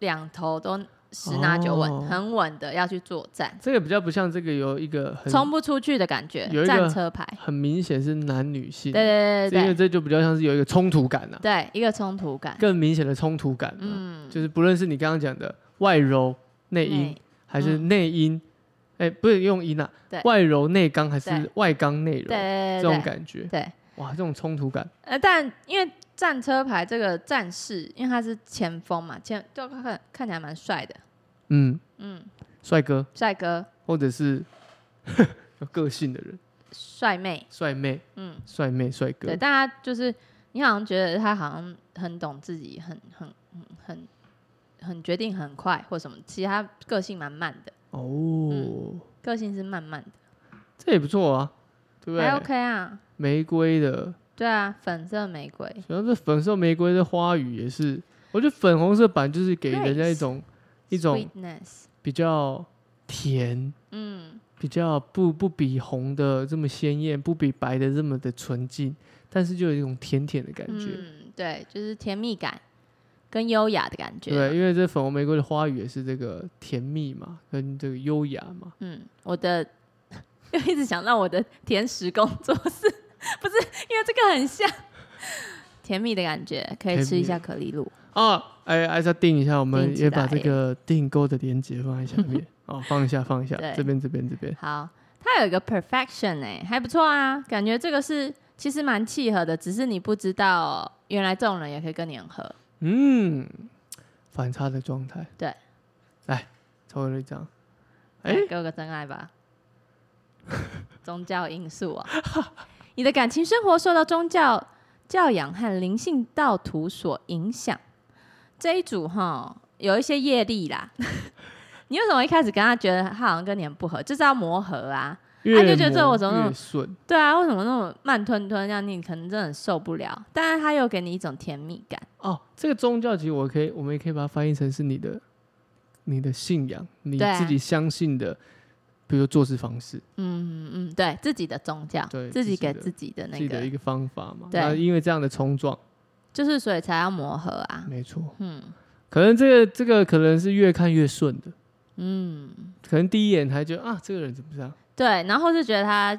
Speaker 2: 两头都十拿九稳、
Speaker 1: 哦
Speaker 2: 很稳的要去作战，
Speaker 1: 这个比较不像这个有一个很
Speaker 2: 冲不出去的感觉
Speaker 1: 有，一个
Speaker 2: 战车牌，
Speaker 1: 很明显是男女性，
Speaker 2: 对对对
Speaker 1: 因
Speaker 2: 对
Speaker 1: 为
Speaker 2: 对，
Speaker 1: 这就比较像是有一个冲突感啊，
Speaker 2: 对一个冲突感，
Speaker 1: 更明显的冲突感、啊。
Speaker 2: 嗯，
Speaker 1: 就是不论是你刚刚讲的外柔内阴
Speaker 2: 对
Speaker 1: 还是
Speaker 2: 嗯
Speaker 1: 内阴，哎、不是用阴啊
Speaker 2: 对，
Speaker 1: 外柔内刚还
Speaker 2: 对
Speaker 1: 是外刚内柔
Speaker 2: 对对
Speaker 1: 这
Speaker 2: 对
Speaker 1: 种
Speaker 2: 对对
Speaker 1: 感觉，
Speaker 2: 对，
Speaker 1: 哇，这种冲突感，
Speaker 2: 呃，但因为战车牌这个战士，因为他是前锋嘛，前就看看起来蛮帅的，
Speaker 1: 嗯，
Speaker 2: 嗯，
Speaker 1: 帅哥
Speaker 2: 帅哥、
Speaker 1: 或者是 有个性的人，
Speaker 2: 帅妹，
Speaker 1: 帅妹、
Speaker 2: 嗯，
Speaker 1: 帅妹、帅哥
Speaker 2: 对，，但他就是你好像觉得他好像很懂自己，很很嗯很很决定很快或什么，其实他个性蛮慢的，
Speaker 1: 哦，
Speaker 2: 嗯个性是慢慢的，
Speaker 1: 这也不错啊，对不对？
Speaker 2: 还 OK 啊，
Speaker 1: 玫瑰的，
Speaker 2: 对啊，粉色玫瑰，
Speaker 1: 主要是粉色玫瑰的花语也是，我觉得粉红色版就是给人家一种一种
Speaker 2: sweetness，
Speaker 1: 比较甜，
Speaker 2: 嗯，
Speaker 1: 比较不不比红的这么鲜艳，不比白的这么的纯净，但是就有一种甜甜的感觉。
Speaker 2: 嗯，对，就是甜蜜感跟优雅的感觉，啊
Speaker 1: 对，因为这粉红玫瑰的花语也是这个甜蜜嘛，跟这个优雅嘛。
Speaker 2: 嗯，我的 又一直想到我的甜食工作室， 不是因为这个很像甜蜜的感觉，可以
Speaker 1: 甜
Speaker 2: 吃一
Speaker 1: 蜜
Speaker 2: 下可丽露。
Speaker 1: 啊，哎，还是要定一下，我
Speaker 2: 定
Speaker 1: 们
Speaker 2: 起
Speaker 1: 也把这
Speaker 2: 来
Speaker 1: 个订购的链接放在下 面哦，放一下，放一下
Speaker 2: 对，
Speaker 1: 这边，这边，这边。
Speaker 2: 好，它有一个 perfection 哎、还不错啊，感觉这个是其实蛮契合的，只是你不知道原来这种人也可以跟你很合。
Speaker 1: 嗯，反差的状态。
Speaker 2: 对，啊
Speaker 1: 来抽了一张。哎、
Speaker 2: 哎，给我个真爱吧。 宗教因素啊，你的感情生活受到宗教教养和灵性道途所影响。这一组哈有一些业力啦。 你为什么一开始跟他觉得他好像跟你很不合，就是要磨合啊？
Speaker 1: 越
Speaker 2: 就觉得
Speaker 1: 磨
Speaker 2: 这我怎么那么
Speaker 1: 越顺？
Speaker 2: 对啊，为什么那么慢吞吞，让你可能真的很受不了？但是他又给你一种甜蜜感，
Speaker 1: 哦，这个宗教其实我可以，我们也可以把它翻译成是你的、你的信仰，你
Speaker 2: 对啊
Speaker 1: 自己相信的，比如说做事方式，
Speaker 2: 嗯嗯，对自己的宗教，
Speaker 1: 对
Speaker 2: 自
Speaker 1: 自己
Speaker 2: 己给
Speaker 1: 的
Speaker 2: 自己的
Speaker 1: 自
Speaker 2: 那
Speaker 1: 己的
Speaker 2: 个
Speaker 1: 一，个方法嘛。
Speaker 2: 对
Speaker 1: 那因为这样的冲撞，
Speaker 2: 就是所以才要磨合啊，
Speaker 1: 没错，
Speaker 2: 嗯
Speaker 1: 可能这个这个可能是越看越顺的，
Speaker 2: 嗯。
Speaker 1: 可能第一眼还觉得啊，这个人怎么这样？
Speaker 2: 对，然后是觉得他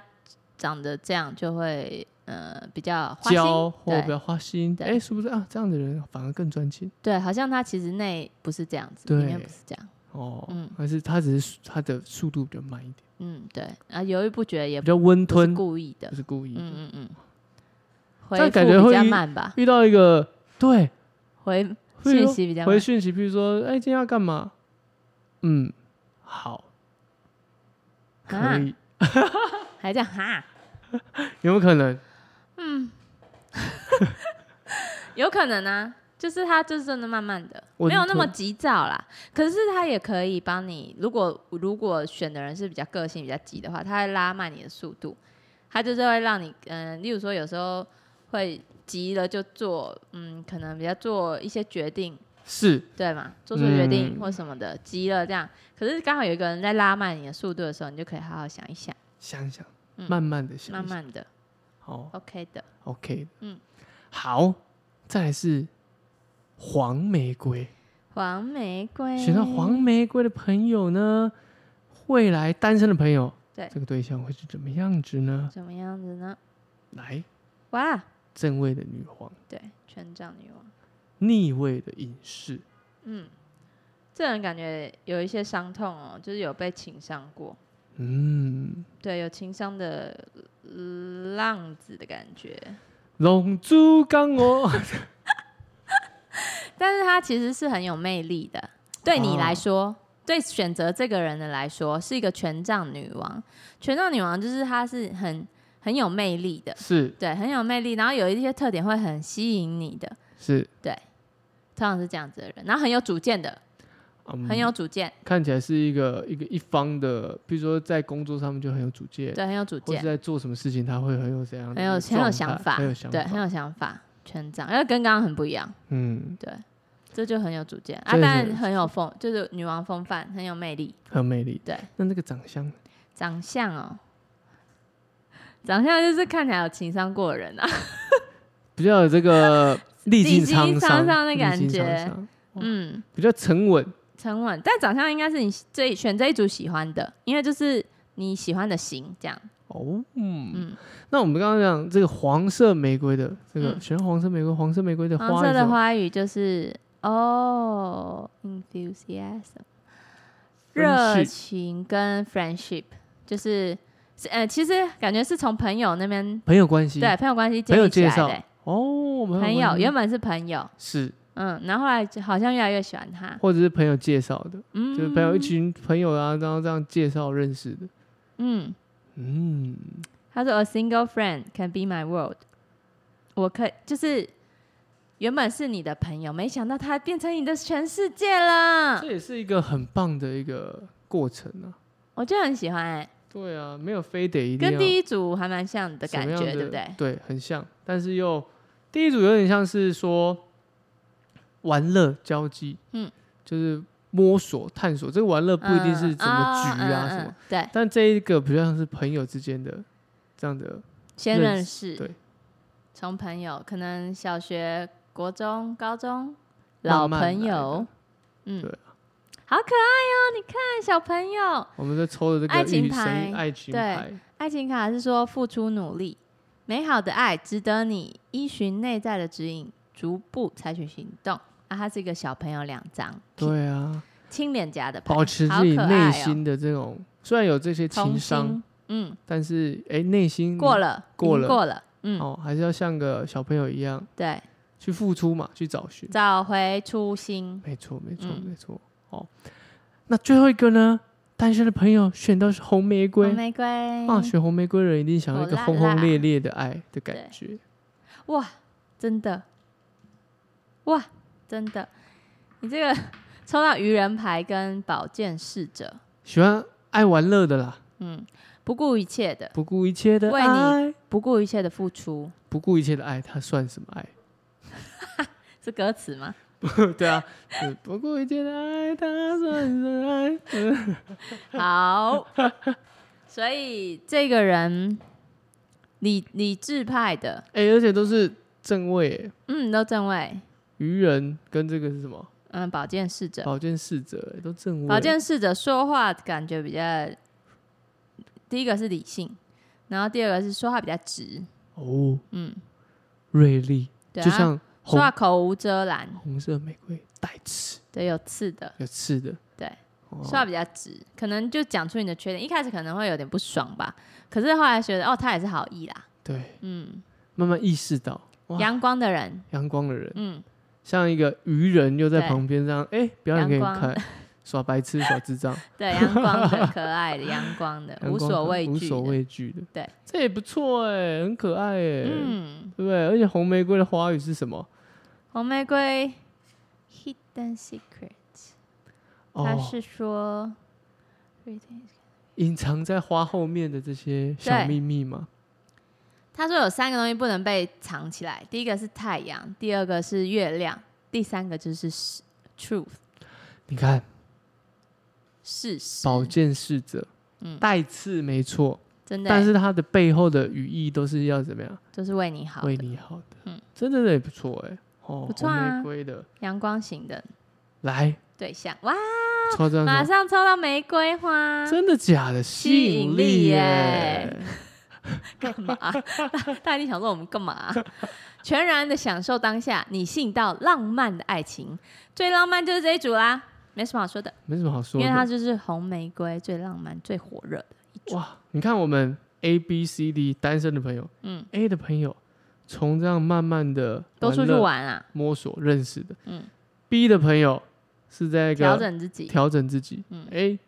Speaker 2: 长得这样就会呃比较花心
Speaker 1: 娇或
Speaker 2: 对
Speaker 1: 比较花心，
Speaker 2: 对
Speaker 1: 哎、是不是啊？这样的人反而更专情
Speaker 2: 对，好像他其实内不是这样子，里面
Speaker 1: 对
Speaker 2: 不是这样，
Speaker 1: 哦？
Speaker 2: 嗯
Speaker 1: 还是他只是他的速度比较慢一点，
Speaker 2: 嗯，对，啊，犹豫不决也
Speaker 1: 比较温
Speaker 2: 不是
Speaker 1: 吞，
Speaker 2: 故意的
Speaker 1: 不，是故意的。
Speaker 2: 嗯嗯
Speaker 1: 这
Speaker 2: 嗯，回
Speaker 1: 样
Speaker 2: 复
Speaker 1: 感觉
Speaker 2: 比
Speaker 1: 会
Speaker 2: 较
Speaker 1: 晕
Speaker 2: 慢吧，
Speaker 1: 遇到一个对
Speaker 2: 回
Speaker 1: 会
Speaker 2: 讯
Speaker 1: 有
Speaker 2: 息比较慢
Speaker 1: 回，讯息，比如说哎、今天要干嘛？嗯，好，
Speaker 2: 啊
Speaker 1: 可以，
Speaker 2: 还这样哈，
Speaker 1: 有没有可能？
Speaker 2: 有可能啊，就是他就是真的慢慢的，
Speaker 1: 温
Speaker 2: 没有那么
Speaker 1: 吞
Speaker 2: 急躁啦。可是他也可以帮你，如果如果选的人是比较个性比较急的话，他会拉慢你的速度，他就是会让你，嗯、例如说有时候会急了就做，嗯，可能比较做一些决定，
Speaker 1: 是
Speaker 2: 对嘛，做出决定
Speaker 1: 嗯
Speaker 2: 或什么的，急了这样。可是刚好有一个人在拉慢你的速度的时候，你就可以好好想一想，
Speaker 1: 想想，
Speaker 2: 嗯
Speaker 1: 慢慢的想，
Speaker 2: 慢，慢的
Speaker 1: 好
Speaker 2: ，OK 的，
Speaker 1: ，OK，
Speaker 2: 嗯
Speaker 1: 嗯，好，再来是黄玫瑰，
Speaker 2: 黄玫瑰，
Speaker 1: 选到黄玫瑰的朋友呢，未来单身的朋友，
Speaker 2: 对
Speaker 1: 这个对象会是怎么样子呢？
Speaker 2: 怎么样子呢？
Speaker 1: 来，
Speaker 2: 哇，
Speaker 1: 正位的女皇，
Speaker 2: 对，权杖女王。
Speaker 1: 逆位的隐士，
Speaker 2: 嗯，这人感觉有一些伤痛哦，就是有被情伤过，
Speaker 1: 嗯，
Speaker 2: 对，有情伤的呃浪子的感觉。
Speaker 1: 龙珠刚 哦。
Speaker 2: 但是他其实是很有魅力的，对你
Speaker 1: 哦
Speaker 2: 来说，对选择这个人的来说，是一个权杖女王。权杖女王就是她是很很有魅力的，
Speaker 1: 是
Speaker 2: 对，很有魅力，然后有一些特点会很吸引你的，
Speaker 1: 是，
Speaker 2: 通常是这样子的人，然后很有主见的，
Speaker 1: 嗯
Speaker 2: 很有主见，
Speaker 1: 看起来是一个一个一方的，比如说在工作上面就很有主见，
Speaker 2: 对，很有主
Speaker 1: 或
Speaker 2: 见
Speaker 1: 是。在做什么事情他会很有怎样的
Speaker 2: 很
Speaker 1: 一个
Speaker 2: 有很有
Speaker 1: 状
Speaker 2: 想
Speaker 1: 态
Speaker 2: 法，
Speaker 1: 很有想
Speaker 2: 对，很
Speaker 1: 法，
Speaker 2: 有想法，权杖，因为跟刚刚很不一样，
Speaker 1: 嗯，
Speaker 2: 对，这就很有主见啊，
Speaker 1: 这
Speaker 2: 但
Speaker 1: 是
Speaker 2: 很有风，就是女王风范，很有魅力。
Speaker 1: 很有魅力。
Speaker 2: 对，
Speaker 1: 那那个长相，
Speaker 2: 长相哦，长相就是看起来有情商过的人啊。
Speaker 1: 比较有这 个历
Speaker 2: 历
Speaker 1: 经
Speaker 2: 经
Speaker 1: 沧
Speaker 2: 沧桑的
Speaker 1: 历
Speaker 2: 感
Speaker 1: 经沧
Speaker 2: 觉
Speaker 1: 桑哇
Speaker 2: 嗯，
Speaker 1: 比较沉稳。
Speaker 2: 沉稳，但长相应该是你这一选这一组喜欢的，因为就是你喜欢的型这样。
Speaker 1: 哦，嗯，
Speaker 2: 嗯
Speaker 1: 那我们刚刚讲这个黄色玫瑰的这个
Speaker 2: 嗯
Speaker 1: 选黄色玫瑰，黄色玫瑰的花
Speaker 2: 黄色
Speaker 1: 语是什
Speaker 2: 的
Speaker 1: 么
Speaker 2: 花语就是哦，enthusiasm，
Speaker 1: Friendship
Speaker 2: 热情跟 friendship，就是是呃，其实感觉是从朋友那边
Speaker 1: 朋友关系，
Speaker 2: 对朋友关系
Speaker 1: 朋
Speaker 2: 建
Speaker 1: 友
Speaker 2: 立起
Speaker 1: 介
Speaker 2: 来
Speaker 1: 绍
Speaker 2: 的欸、
Speaker 1: 哦，朋友
Speaker 2: 朋
Speaker 1: 关
Speaker 2: 友
Speaker 1: 系
Speaker 2: 原本是朋友，
Speaker 1: 是，
Speaker 2: 嗯，然后后来就好像越来越喜欢他，
Speaker 1: 或者是朋友介绍的，
Speaker 2: 嗯，
Speaker 1: 就是朋友一，群朋友啊，然后这样介绍认识的。
Speaker 2: 嗯，
Speaker 1: 嗯，
Speaker 2: 他说 a single friend can be my world，我可就是原本是你的朋友，没想到他变成你的全世界了
Speaker 1: 这，也是一个很棒的一个过程啊。
Speaker 2: 我就很喜欢、欸。
Speaker 1: 对啊，没有非得一定
Speaker 2: 跟
Speaker 1: 要
Speaker 2: 第一组还蛮像的
Speaker 1: 什
Speaker 2: 感
Speaker 1: 么样
Speaker 2: 觉，对
Speaker 1: 的
Speaker 2: 不对？
Speaker 1: 对，很像，但是又第一组有点像是说玩乐交际，
Speaker 2: 嗯，
Speaker 1: 就是摸索探索。这个玩乐不一定是
Speaker 2: 嗯
Speaker 1: 怎么局啊
Speaker 2: 嗯嗯
Speaker 1: 什么，
Speaker 2: 嗯对，
Speaker 1: 但这一个比较像是朋友之间的这样的，
Speaker 2: 先
Speaker 1: 认
Speaker 2: 认识，
Speaker 1: 对，
Speaker 2: 从朋友，可能小学、国中、高中，老
Speaker 1: 慢慢
Speaker 2: 朋
Speaker 1: 来
Speaker 2: 友
Speaker 1: 的，
Speaker 2: 嗯
Speaker 1: 对，啊
Speaker 2: 好可爱哦！你看小朋友，
Speaker 1: 我们在抽的这个
Speaker 2: 爱情
Speaker 1: 御神
Speaker 2: 牌
Speaker 1: 爱情
Speaker 2: 对
Speaker 1: 牌，
Speaker 2: 爱情卡是说付出努力，美好的爱值得你依循内在的指引，逐步采取行动。啊，它是一个小朋友两张，
Speaker 1: 对啊，
Speaker 2: 亲脸颊的牌，
Speaker 1: 保持
Speaker 2: 好
Speaker 1: 自己
Speaker 2: 可
Speaker 1: 内
Speaker 2: 爱哦
Speaker 1: 心的这种，虽然有这些
Speaker 2: 童
Speaker 1: 情商，
Speaker 2: 心，嗯，
Speaker 1: 但是哎，内心
Speaker 2: 过了，已
Speaker 1: 过
Speaker 2: 经
Speaker 1: 了
Speaker 2: 过了，嗯，
Speaker 1: 哦，还是要像个小朋友一样
Speaker 2: 对，
Speaker 1: 去付出嘛，去找寻。
Speaker 2: 找回初心。
Speaker 1: 没错，没错，
Speaker 2: 嗯
Speaker 1: 没错。哦，那最后一个呢？单身的朋友选到是红玫瑰
Speaker 2: 红玫瑰哦
Speaker 1: 啊，选红玫瑰的人一定想要一个
Speaker 2: 火辣
Speaker 1: 轰轰
Speaker 2: 辣
Speaker 1: 烈烈的爱的感觉。
Speaker 2: 哇，真的，哇，真的，你这个抽到愚人牌跟宝剑侍者，
Speaker 1: 喜欢爱玩乐的啦，
Speaker 2: 嗯，不顾一切的，
Speaker 1: 不顾一切的
Speaker 2: 为你
Speaker 1: 爱，
Speaker 2: 不顾一切的付出，
Speaker 1: 不顾一切的爱，他算什么爱？
Speaker 2: 是歌词吗？
Speaker 1: 对啊，是不顾一切的爱，他算什么爱？
Speaker 2: 好，所以这个人理理智派的，
Speaker 1: 哎、而且都是正位耶，
Speaker 2: 嗯，都正位，
Speaker 1: 愚人跟这个是什么？
Speaker 2: 嗯，宝剑侍者，
Speaker 1: 宝剑侍者耶都正位。
Speaker 2: 宝剑侍者说话感觉比较，第一个是理性，然后第二个是说话比较直，
Speaker 1: 哦，
Speaker 2: 嗯，
Speaker 1: 锐利，
Speaker 2: 对、啊，
Speaker 1: 就像
Speaker 2: 说
Speaker 1: 红
Speaker 2: 话口无遮拦，
Speaker 1: 红色玫瑰带刺，
Speaker 2: 对，有刺的，
Speaker 1: 有刺的。
Speaker 2: 对，
Speaker 1: 哦
Speaker 2: 说话比较直，可能就讲出你的缺点。一开始可能会有点不爽吧，可是后来觉得哦，他也是好意啦，
Speaker 1: 对，
Speaker 2: 嗯，
Speaker 1: 慢慢意识到哇
Speaker 2: 阳光的人，
Speaker 1: 阳光的人，
Speaker 2: 嗯，
Speaker 1: 像一个愚人又在
Speaker 2: 对
Speaker 1: 旁边这样，哎、表演给你
Speaker 2: 阳光
Speaker 1: 看，耍白痴耍智 障，
Speaker 2: 对，阳光的、可爱的、阳光的、
Speaker 1: 阳
Speaker 2: 无
Speaker 1: 光
Speaker 2: 所
Speaker 1: 很
Speaker 2: 畏
Speaker 1: 无
Speaker 2: 惧
Speaker 1: 所
Speaker 2: 的，
Speaker 1: 畏惧的，
Speaker 2: 对，
Speaker 1: 这也不错哎、很可爱哎、
Speaker 2: 嗯，
Speaker 1: 对不对？而且红玫瑰的花语是什么？
Speaker 2: 红玫瑰，Hidden Secret，他
Speaker 1: 哦，
Speaker 2: 是说。
Speaker 1: 隐藏在花后面的这些小
Speaker 2: 对
Speaker 1: 秘密嘛。
Speaker 2: 他说有三个东西不能被藏起来，第一个是太阳，第二个是月亮，第三个就是事 truth
Speaker 1: 你看，
Speaker 2: 事实。
Speaker 1: 宝剑侍者
Speaker 2: 嗯，
Speaker 1: 带刺没错，
Speaker 2: 真的欸，
Speaker 1: 但是它的背后的语义都是要怎么样？
Speaker 2: 就是为你好的，
Speaker 1: 为你好的，
Speaker 2: 嗯
Speaker 1: 真的也不错哎、哦，
Speaker 2: 不错啊
Speaker 1: 红玫瑰的，
Speaker 2: 阳光型的
Speaker 1: 来
Speaker 2: 对象。哇，
Speaker 1: 抽这张
Speaker 2: 马
Speaker 1: 图，
Speaker 2: 上抽到玫瑰花，
Speaker 1: 真的假的？吸
Speaker 2: 吸
Speaker 1: 引
Speaker 2: 引
Speaker 1: 力
Speaker 2: 力
Speaker 1: 耶、
Speaker 2: 耶 干嘛？大大家一定想说我们干嘛、全然的享受当下，你吸引到浪漫的爱情，最浪漫就是这一组啦，没什么好说的，
Speaker 1: 没什么好说
Speaker 2: 因为它
Speaker 1: 的。
Speaker 2: 就是红玫瑰最浪漫、最火热的。
Speaker 1: 哇，你看我们 A B C D 单身的朋友
Speaker 2: 嗯，
Speaker 1: ，A 的朋友从这样慢慢的
Speaker 2: 多出去
Speaker 1: 乐、
Speaker 2: 玩啊，
Speaker 1: 摸索、认识的，
Speaker 2: 嗯
Speaker 1: ，B 的朋友是在一个
Speaker 2: 调整自己，
Speaker 1: 调整自己，
Speaker 2: 嗯
Speaker 1: a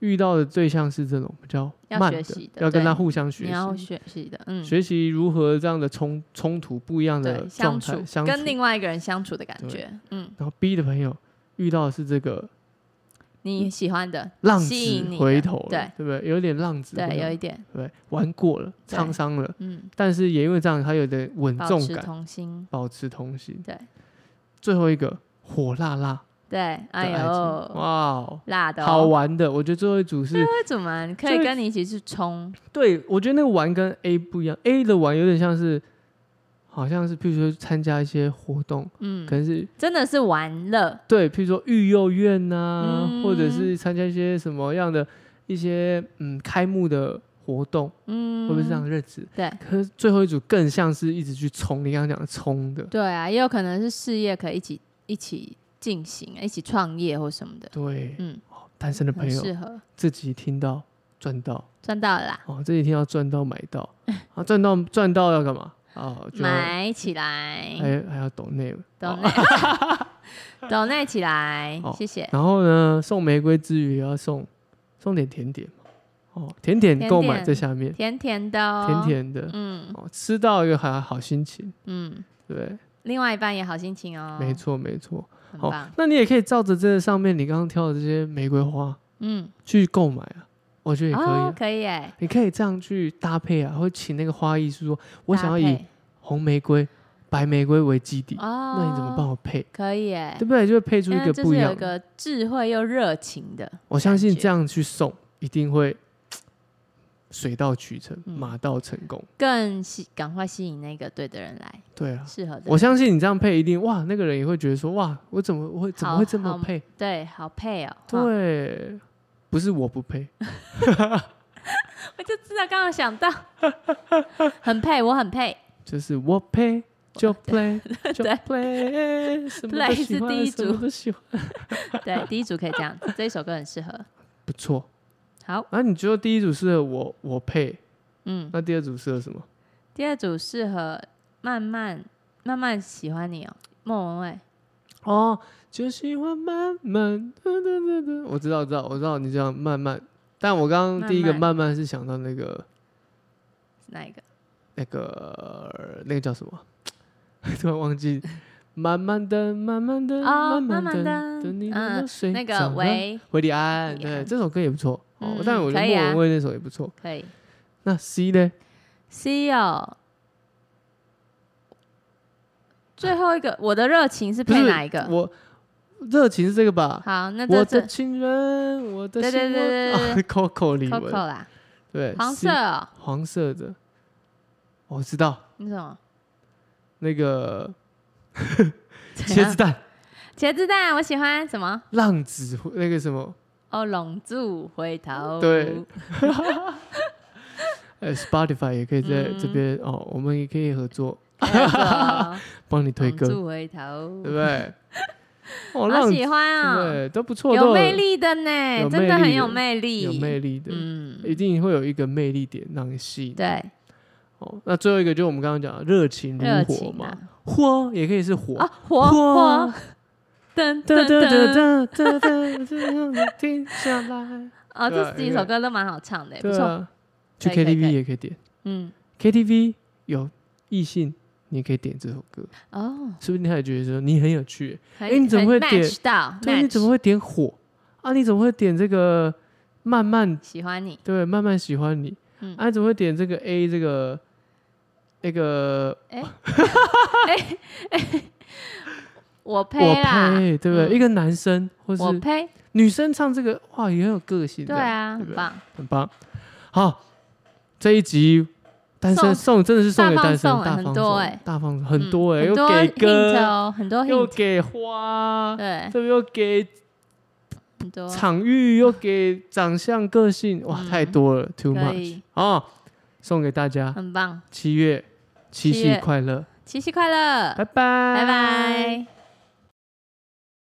Speaker 1: 遇到的对象是这种比较
Speaker 2: 要
Speaker 1: 慢
Speaker 2: 学
Speaker 1: 的，
Speaker 2: 习的
Speaker 1: 要跟
Speaker 2: 对
Speaker 1: 他互相学
Speaker 2: 你要
Speaker 1: 习。
Speaker 2: 学习的，嗯，
Speaker 1: 学习如何这样的冲冲突不一样的
Speaker 2: 对，
Speaker 1: 状
Speaker 2: 相
Speaker 1: 态
Speaker 2: 处
Speaker 1: 相处，
Speaker 2: 跟另外一个人相处的感觉，嗯，
Speaker 1: 然后 B 的朋友遇到的是这个
Speaker 2: 你喜欢的，
Speaker 1: 浪
Speaker 2: 吸
Speaker 1: 子
Speaker 2: 引你的
Speaker 1: 回头了，
Speaker 2: 对
Speaker 1: 对不对？有点浪子回头，
Speaker 2: 对，有一
Speaker 1: 对
Speaker 2: 点，
Speaker 1: 不对？玩过了，
Speaker 2: 对
Speaker 1: 沧桑了，
Speaker 2: 嗯，
Speaker 1: 但是也因为这样，他有点稳
Speaker 2: 保
Speaker 1: 重
Speaker 2: 持
Speaker 1: 感，
Speaker 2: 童心，
Speaker 1: 保持童心。
Speaker 2: 对，
Speaker 1: 最后一个火辣辣
Speaker 2: 对，
Speaker 1: 的
Speaker 2: 哎
Speaker 1: 爱情。
Speaker 2: 呦，
Speaker 1: 哇哦，
Speaker 2: 辣的、哦，
Speaker 1: 好玩的。我觉得最后一组 是
Speaker 2: 会怎么？可以跟你一起去冲，
Speaker 1: 对，我觉得那个玩跟 A 不一样，A 的玩有点像是，好像是譬如说参加一些活动，
Speaker 2: 嗯
Speaker 1: 可，能是
Speaker 2: 真的是玩乐，
Speaker 1: 对，譬如说育幼院呐、
Speaker 2: 嗯
Speaker 1: 或者是参加一些什么样的一些嗯开幕的活动，
Speaker 2: 嗯，
Speaker 1: 会不会是这样的日子？
Speaker 2: 对
Speaker 1: 可是最后一组更像是一直去冲，你刚刚讲的冲的，
Speaker 2: 对啊，也有可能是事业可以一起一起进行，一起创业或什么的，
Speaker 1: 对，
Speaker 2: 嗯，
Speaker 1: 单身的朋
Speaker 2: 很
Speaker 1: 友
Speaker 2: 适合，
Speaker 1: 自己听到赚到
Speaker 2: 赚到了啦，
Speaker 1: 哦，自己听到赚到买 到啊，赚到赚到要干嘛啊？就还
Speaker 2: 买起来，
Speaker 1: 还要懂内了。
Speaker 2: 懂内，懂 内起来
Speaker 1: 哦，
Speaker 2: 谢谢。
Speaker 1: 然后呢，送玫瑰之余也要送送点甜点嘛哦，甜点
Speaker 2: 甜
Speaker 1: 购买
Speaker 2: 点
Speaker 1: 在下面，
Speaker 2: 甜甜的哦，
Speaker 1: 甜，甜的
Speaker 2: 嗯
Speaker 1: 哦，吃到一个还好心情，
Speaker 2: 嗯，
Speaker 1: 对，
Speaker 2: 另外一半也好心情哦，
Speaker 1: 没，错哦没错。
Speaker 2: 很
Speaker 1: 好
Speaker 2: 棒，，
Speaker 1: 那你也可以照着这上面你刚刚挑的这些玫瑰花
Speaker 2: 嗯，
Speaker 1: 去购买啊，我觉得也可以、啊
Speaker 2: 哦，可以哎，
Speaker 1: 你可以这样去搭配啊，或请那个花艺师说，我想要
Speaker 2: 搭
Speaker 1: 以
Speaker 2: 配
Speaker 1: 红玫瑰、白玫瑰为基底，
Speaker 2: 哦，
Speaker 1: 那你怎么帮？我配？
Speaker 2: 可以哎
Speaker 1: 对，不对？就会配出一
Speaker 2: 因
Speaker 1: 个
Speaker 2: 为这
Speaker 1: 不一
Speaker 2: 是有
Speaker 1: 样
Speaker 2: 一
Speaker 1: 的。
Speaker 2: 个智慧又热情的，
Speaker 1: 我相信
Speaker 2: 感觉
Speaker 1: 这样去送，一定会嘖水到渠成，
Speaker 2: 嗯
Speaker 1: 马到成功。
Speaker 2: 更吸赶快吸引那个对的人来，
Speaker 1: 对啊，
Speaker 2: 适合的人，
Speaker 1: 我相信你这样配，一定哇，那个人也会觉得说哇，我怎么会怎么
Speaker 2: 好
Speaker 1: 会这么
Speaker 2: 好
Speaker 1: 配？
Speaker 2: 对，好配哦。哇，
Speaker 1: 对，不是我不配，
Speaker 2: 我就知道刚刚想到， 很配，我很配。
Speaker 1: 就是我配。就 play 就
Speaker 2: 对
Speaker 1: play，什么都
Speaker 2: Play
Speaker 1: 喜
Speaker 2: 是第
Speaker 1: 欢，
Speaker 2: 一
Speaker 1: 什么
Speaker 2: 组
Speaker 1: 都喜欢，
Speaker 2: 对，第一组可以这样 子，这一首歌很适合。
Speaker 1: 不错。
Speaker 2: 好，
Speaker 1: 然后你觉得第一组适合我，我配，
Speaker 2: 嗯，
Speaker 1: 那第二组适合什么？
Speaker 2: 第二组适合慢慢慢慢喜欢你哦，莫文蔚。
Speaker 1: 哦，就喜欢慢慢，哒哒哒哒我知道，我知道，我知道你这样慢慢。但我刚刚第一个
Speaker 2: 慢
Speaker 1: 慢慢是想到那个
Speaker 2: 哪一个？
Speaker 1: 那个呃那个叫什么， 突然忘记。慢慢的，慢慢的，
Speaker 2: 哦
Speaker 1: 慢
Speaker 2: 慢慢
Speaker 1: 的，
Speaker 2: 地
Speaker 1: 等你
Speaker 2: 嗯
Speaker 1: 的水
Speaker 2: 那个
Speaker 1: 涨了
Speaker 2: 喂，
Speaker 1: 维里安，
Speaker 2: 维里
Speaker 1: 对
Speaker 2: 安
Speaker 1: 这首歌也不错。哦
Speaker 2: 嗯，
Speaker 1: 但我觉得
Speaker 2: 可以
Speaker 1: 莫
Speaker 2: 啊
Speaker 1: 文蔚那首也不错。
Speaker 2: 可以。哦
Speaker 1: 那 C 呢？
Speaker 2: See you。最后一个，我的热情是
Speaker 1: 不
Speaker 2: 配
Speaker 1: 是
Speaker 2: 哪一个？
Speaker 1: 我热情是这个吧？
Speaker 2: 好，那
Speaker 1: 我
Speaker 2: 这
Speaker 1: 的
Speaker 2: 这
Speaker 1: 情人，我的
Speaker 2: 对对
Speaker 1: 心
Speaker 2: 对对
Speaker 1: 窝啊 Coco 李玟，
Speaker 2: Coco 啦，
Speaker 1: 对，
Speaker 2: 黄
Speaker 1: C
Speaker 2: 色哦，
Speaker 1: 黄色的，哦我知道
Speaker 2: 你怎么？
Speaker 1: 那个
Speaker 2: 怎
Speaker 1: 茄
Speaker 2: 样
Speaker 1: 子蛋
Speaker 2: 茄子蛋，我喜欢什么？
Speaker 1: 浪子那个什么，
Speaker 2: 哦，龙柱回头。
Speaker 1: 对，呃，Spotify 也可以在
Speaker 2: 嗯
Speaker 1: 这边、哦，我们也可以合作，
Speaker 2: 叫
Speaker 1: 帮你 推
Speaker 2: 做龙
Speaker 1: 歌，对
Speaker 2: 柱回头
Speaker 1: 不， 对？哦，
Speaker 2: 好
Speaker 1: 浪子
Speaker 2: 喜欢啊，
Speaker 1: 对，都不错，都
Speaker 2: 有魅，力的呢，
Speaker 1: 有
Speaker 2: 真的
Speaker 1: 魅力
Speaker 2: 很
Speaker 1: 的
Speaker 2: 有魅力，
Speaker 1: 有魅力的，一
Speaker 2: 嗯，
Speaker 1: 定会有一个魅力点让你吸引。
Speaker 2: 对，
Speaker 1: 哦，那最后一个就是我们刚刚讲的热情如
Speaker 2: 热
Speaker 1: 火
Speaker 2: 情
Speaker 1: 嘛，
Speaker 2: 啊，
Speaker 1: 火也可以是火，
Speaker 2: 啊，火
Speaker 1: 火
Speaker 2: 火，噔
Speaker 1: 哒
Speaker 2: 噔
Speaker 1: 哒哒
Speaker 2: 噔，
Speaker 1: 哒哒哒，这样子停下来。
Speaker 2: 哦，
Speaker 1: 对啊
Speaker 2: 这几首歌都蛮好唱的，哎不
Speaker 1: 对
Speaker 2: 错，
Speaker 1: 啊，去
Speaker 2: 可以可以
Speaker 1: KTV
Speaker 2: 可以
Speaker 1: 也可以点
Speaker 2: 嗯，
Speaker 1: ，KTV 有异性，你也可以点这首歌，
Speaker 2: 哦，
Speaker 1: 说不定他也觉得说你很有趣耶，
Speaker 2: 很
Speaker 1: 哎你怎么会
Speaker 2: 很
Speaker 1: 点
Speaker 2: match 到？
Speaker 1: 对，你怎么
Speaker 2: 会
Speaker 1: 会点火啊？你怎么会点这个慢慢
Speaker 2: 喜欢你？
Speaker 1: 对慢慢喜欢你？
Speaker 2: 嗯
Speaker 1: 啊，你怎么会点这个 A 这个那个
Speaker 2: 我
Speaker 1: 我
Speaker 2: 配啦，
Speaker 1: 呸，对不对？
Speaker 2: 嗯
Speaker 1: 一个男生或
Speaker 2: 我
Speaker 1: 是
Speaker 2: 呸，
Speaker 1: 女生唱这个哇，也很有个性，
Speaker 2: 对
Speaker 1: 这样
Speaker 2: 啊，
Speaker 1: 对
Speaker 2: 很
Speaker 1: 不对
Speaker 2: 棒，
Speaker 1: 很棒。好，这一集单身送
Speaker 2: 送
Speaker 1: 真的是送给
Speaker 2: 大
Speaker 1: 单
Speaker 2: 放
Speaker 1: 身
Speaker 2: 送
Speaker 1: 大
Speaker 2: 很
Speaker 1: 放
Speaker 2: 多
Speaker 1: 送
Speaker 2: 欸
Speaker 1: 大放送
Speaker 2: 嗯
Speaker 1: 很多哎，
Speaker 2: 很
Speaker 1: 又
Speaker 2: 多
Speaker 1: 给
Speaker 2: hint
Speaker 1: 歌，
Speaker 2: 哦，很多
Speaker 1: 又
Speaker 2: hint，
Speaker 1: 给花，
Speaker 2: 对，
Speaker 1: 这又给
Speaker 2: 很多，
Speaker 1: 场域，又给长相、个性，哇，
Speaker 2: 嗯
Speaker 1: 太多了，too
Speaker 2: 可
Speaker 1: much
Speaker 2: 以，
Speaker 1: 哦，送给大家，
Speaker 2: 很棒，
Speaker 1: 七月七
Speaker 2: 七
Speaker 1: 夕
Speaker 2: 月
Speaker 1: 快乐，
Speaker 2: 七夕快乐
Speaker 1: 拜，拜，
Speaker 2: 拜拜。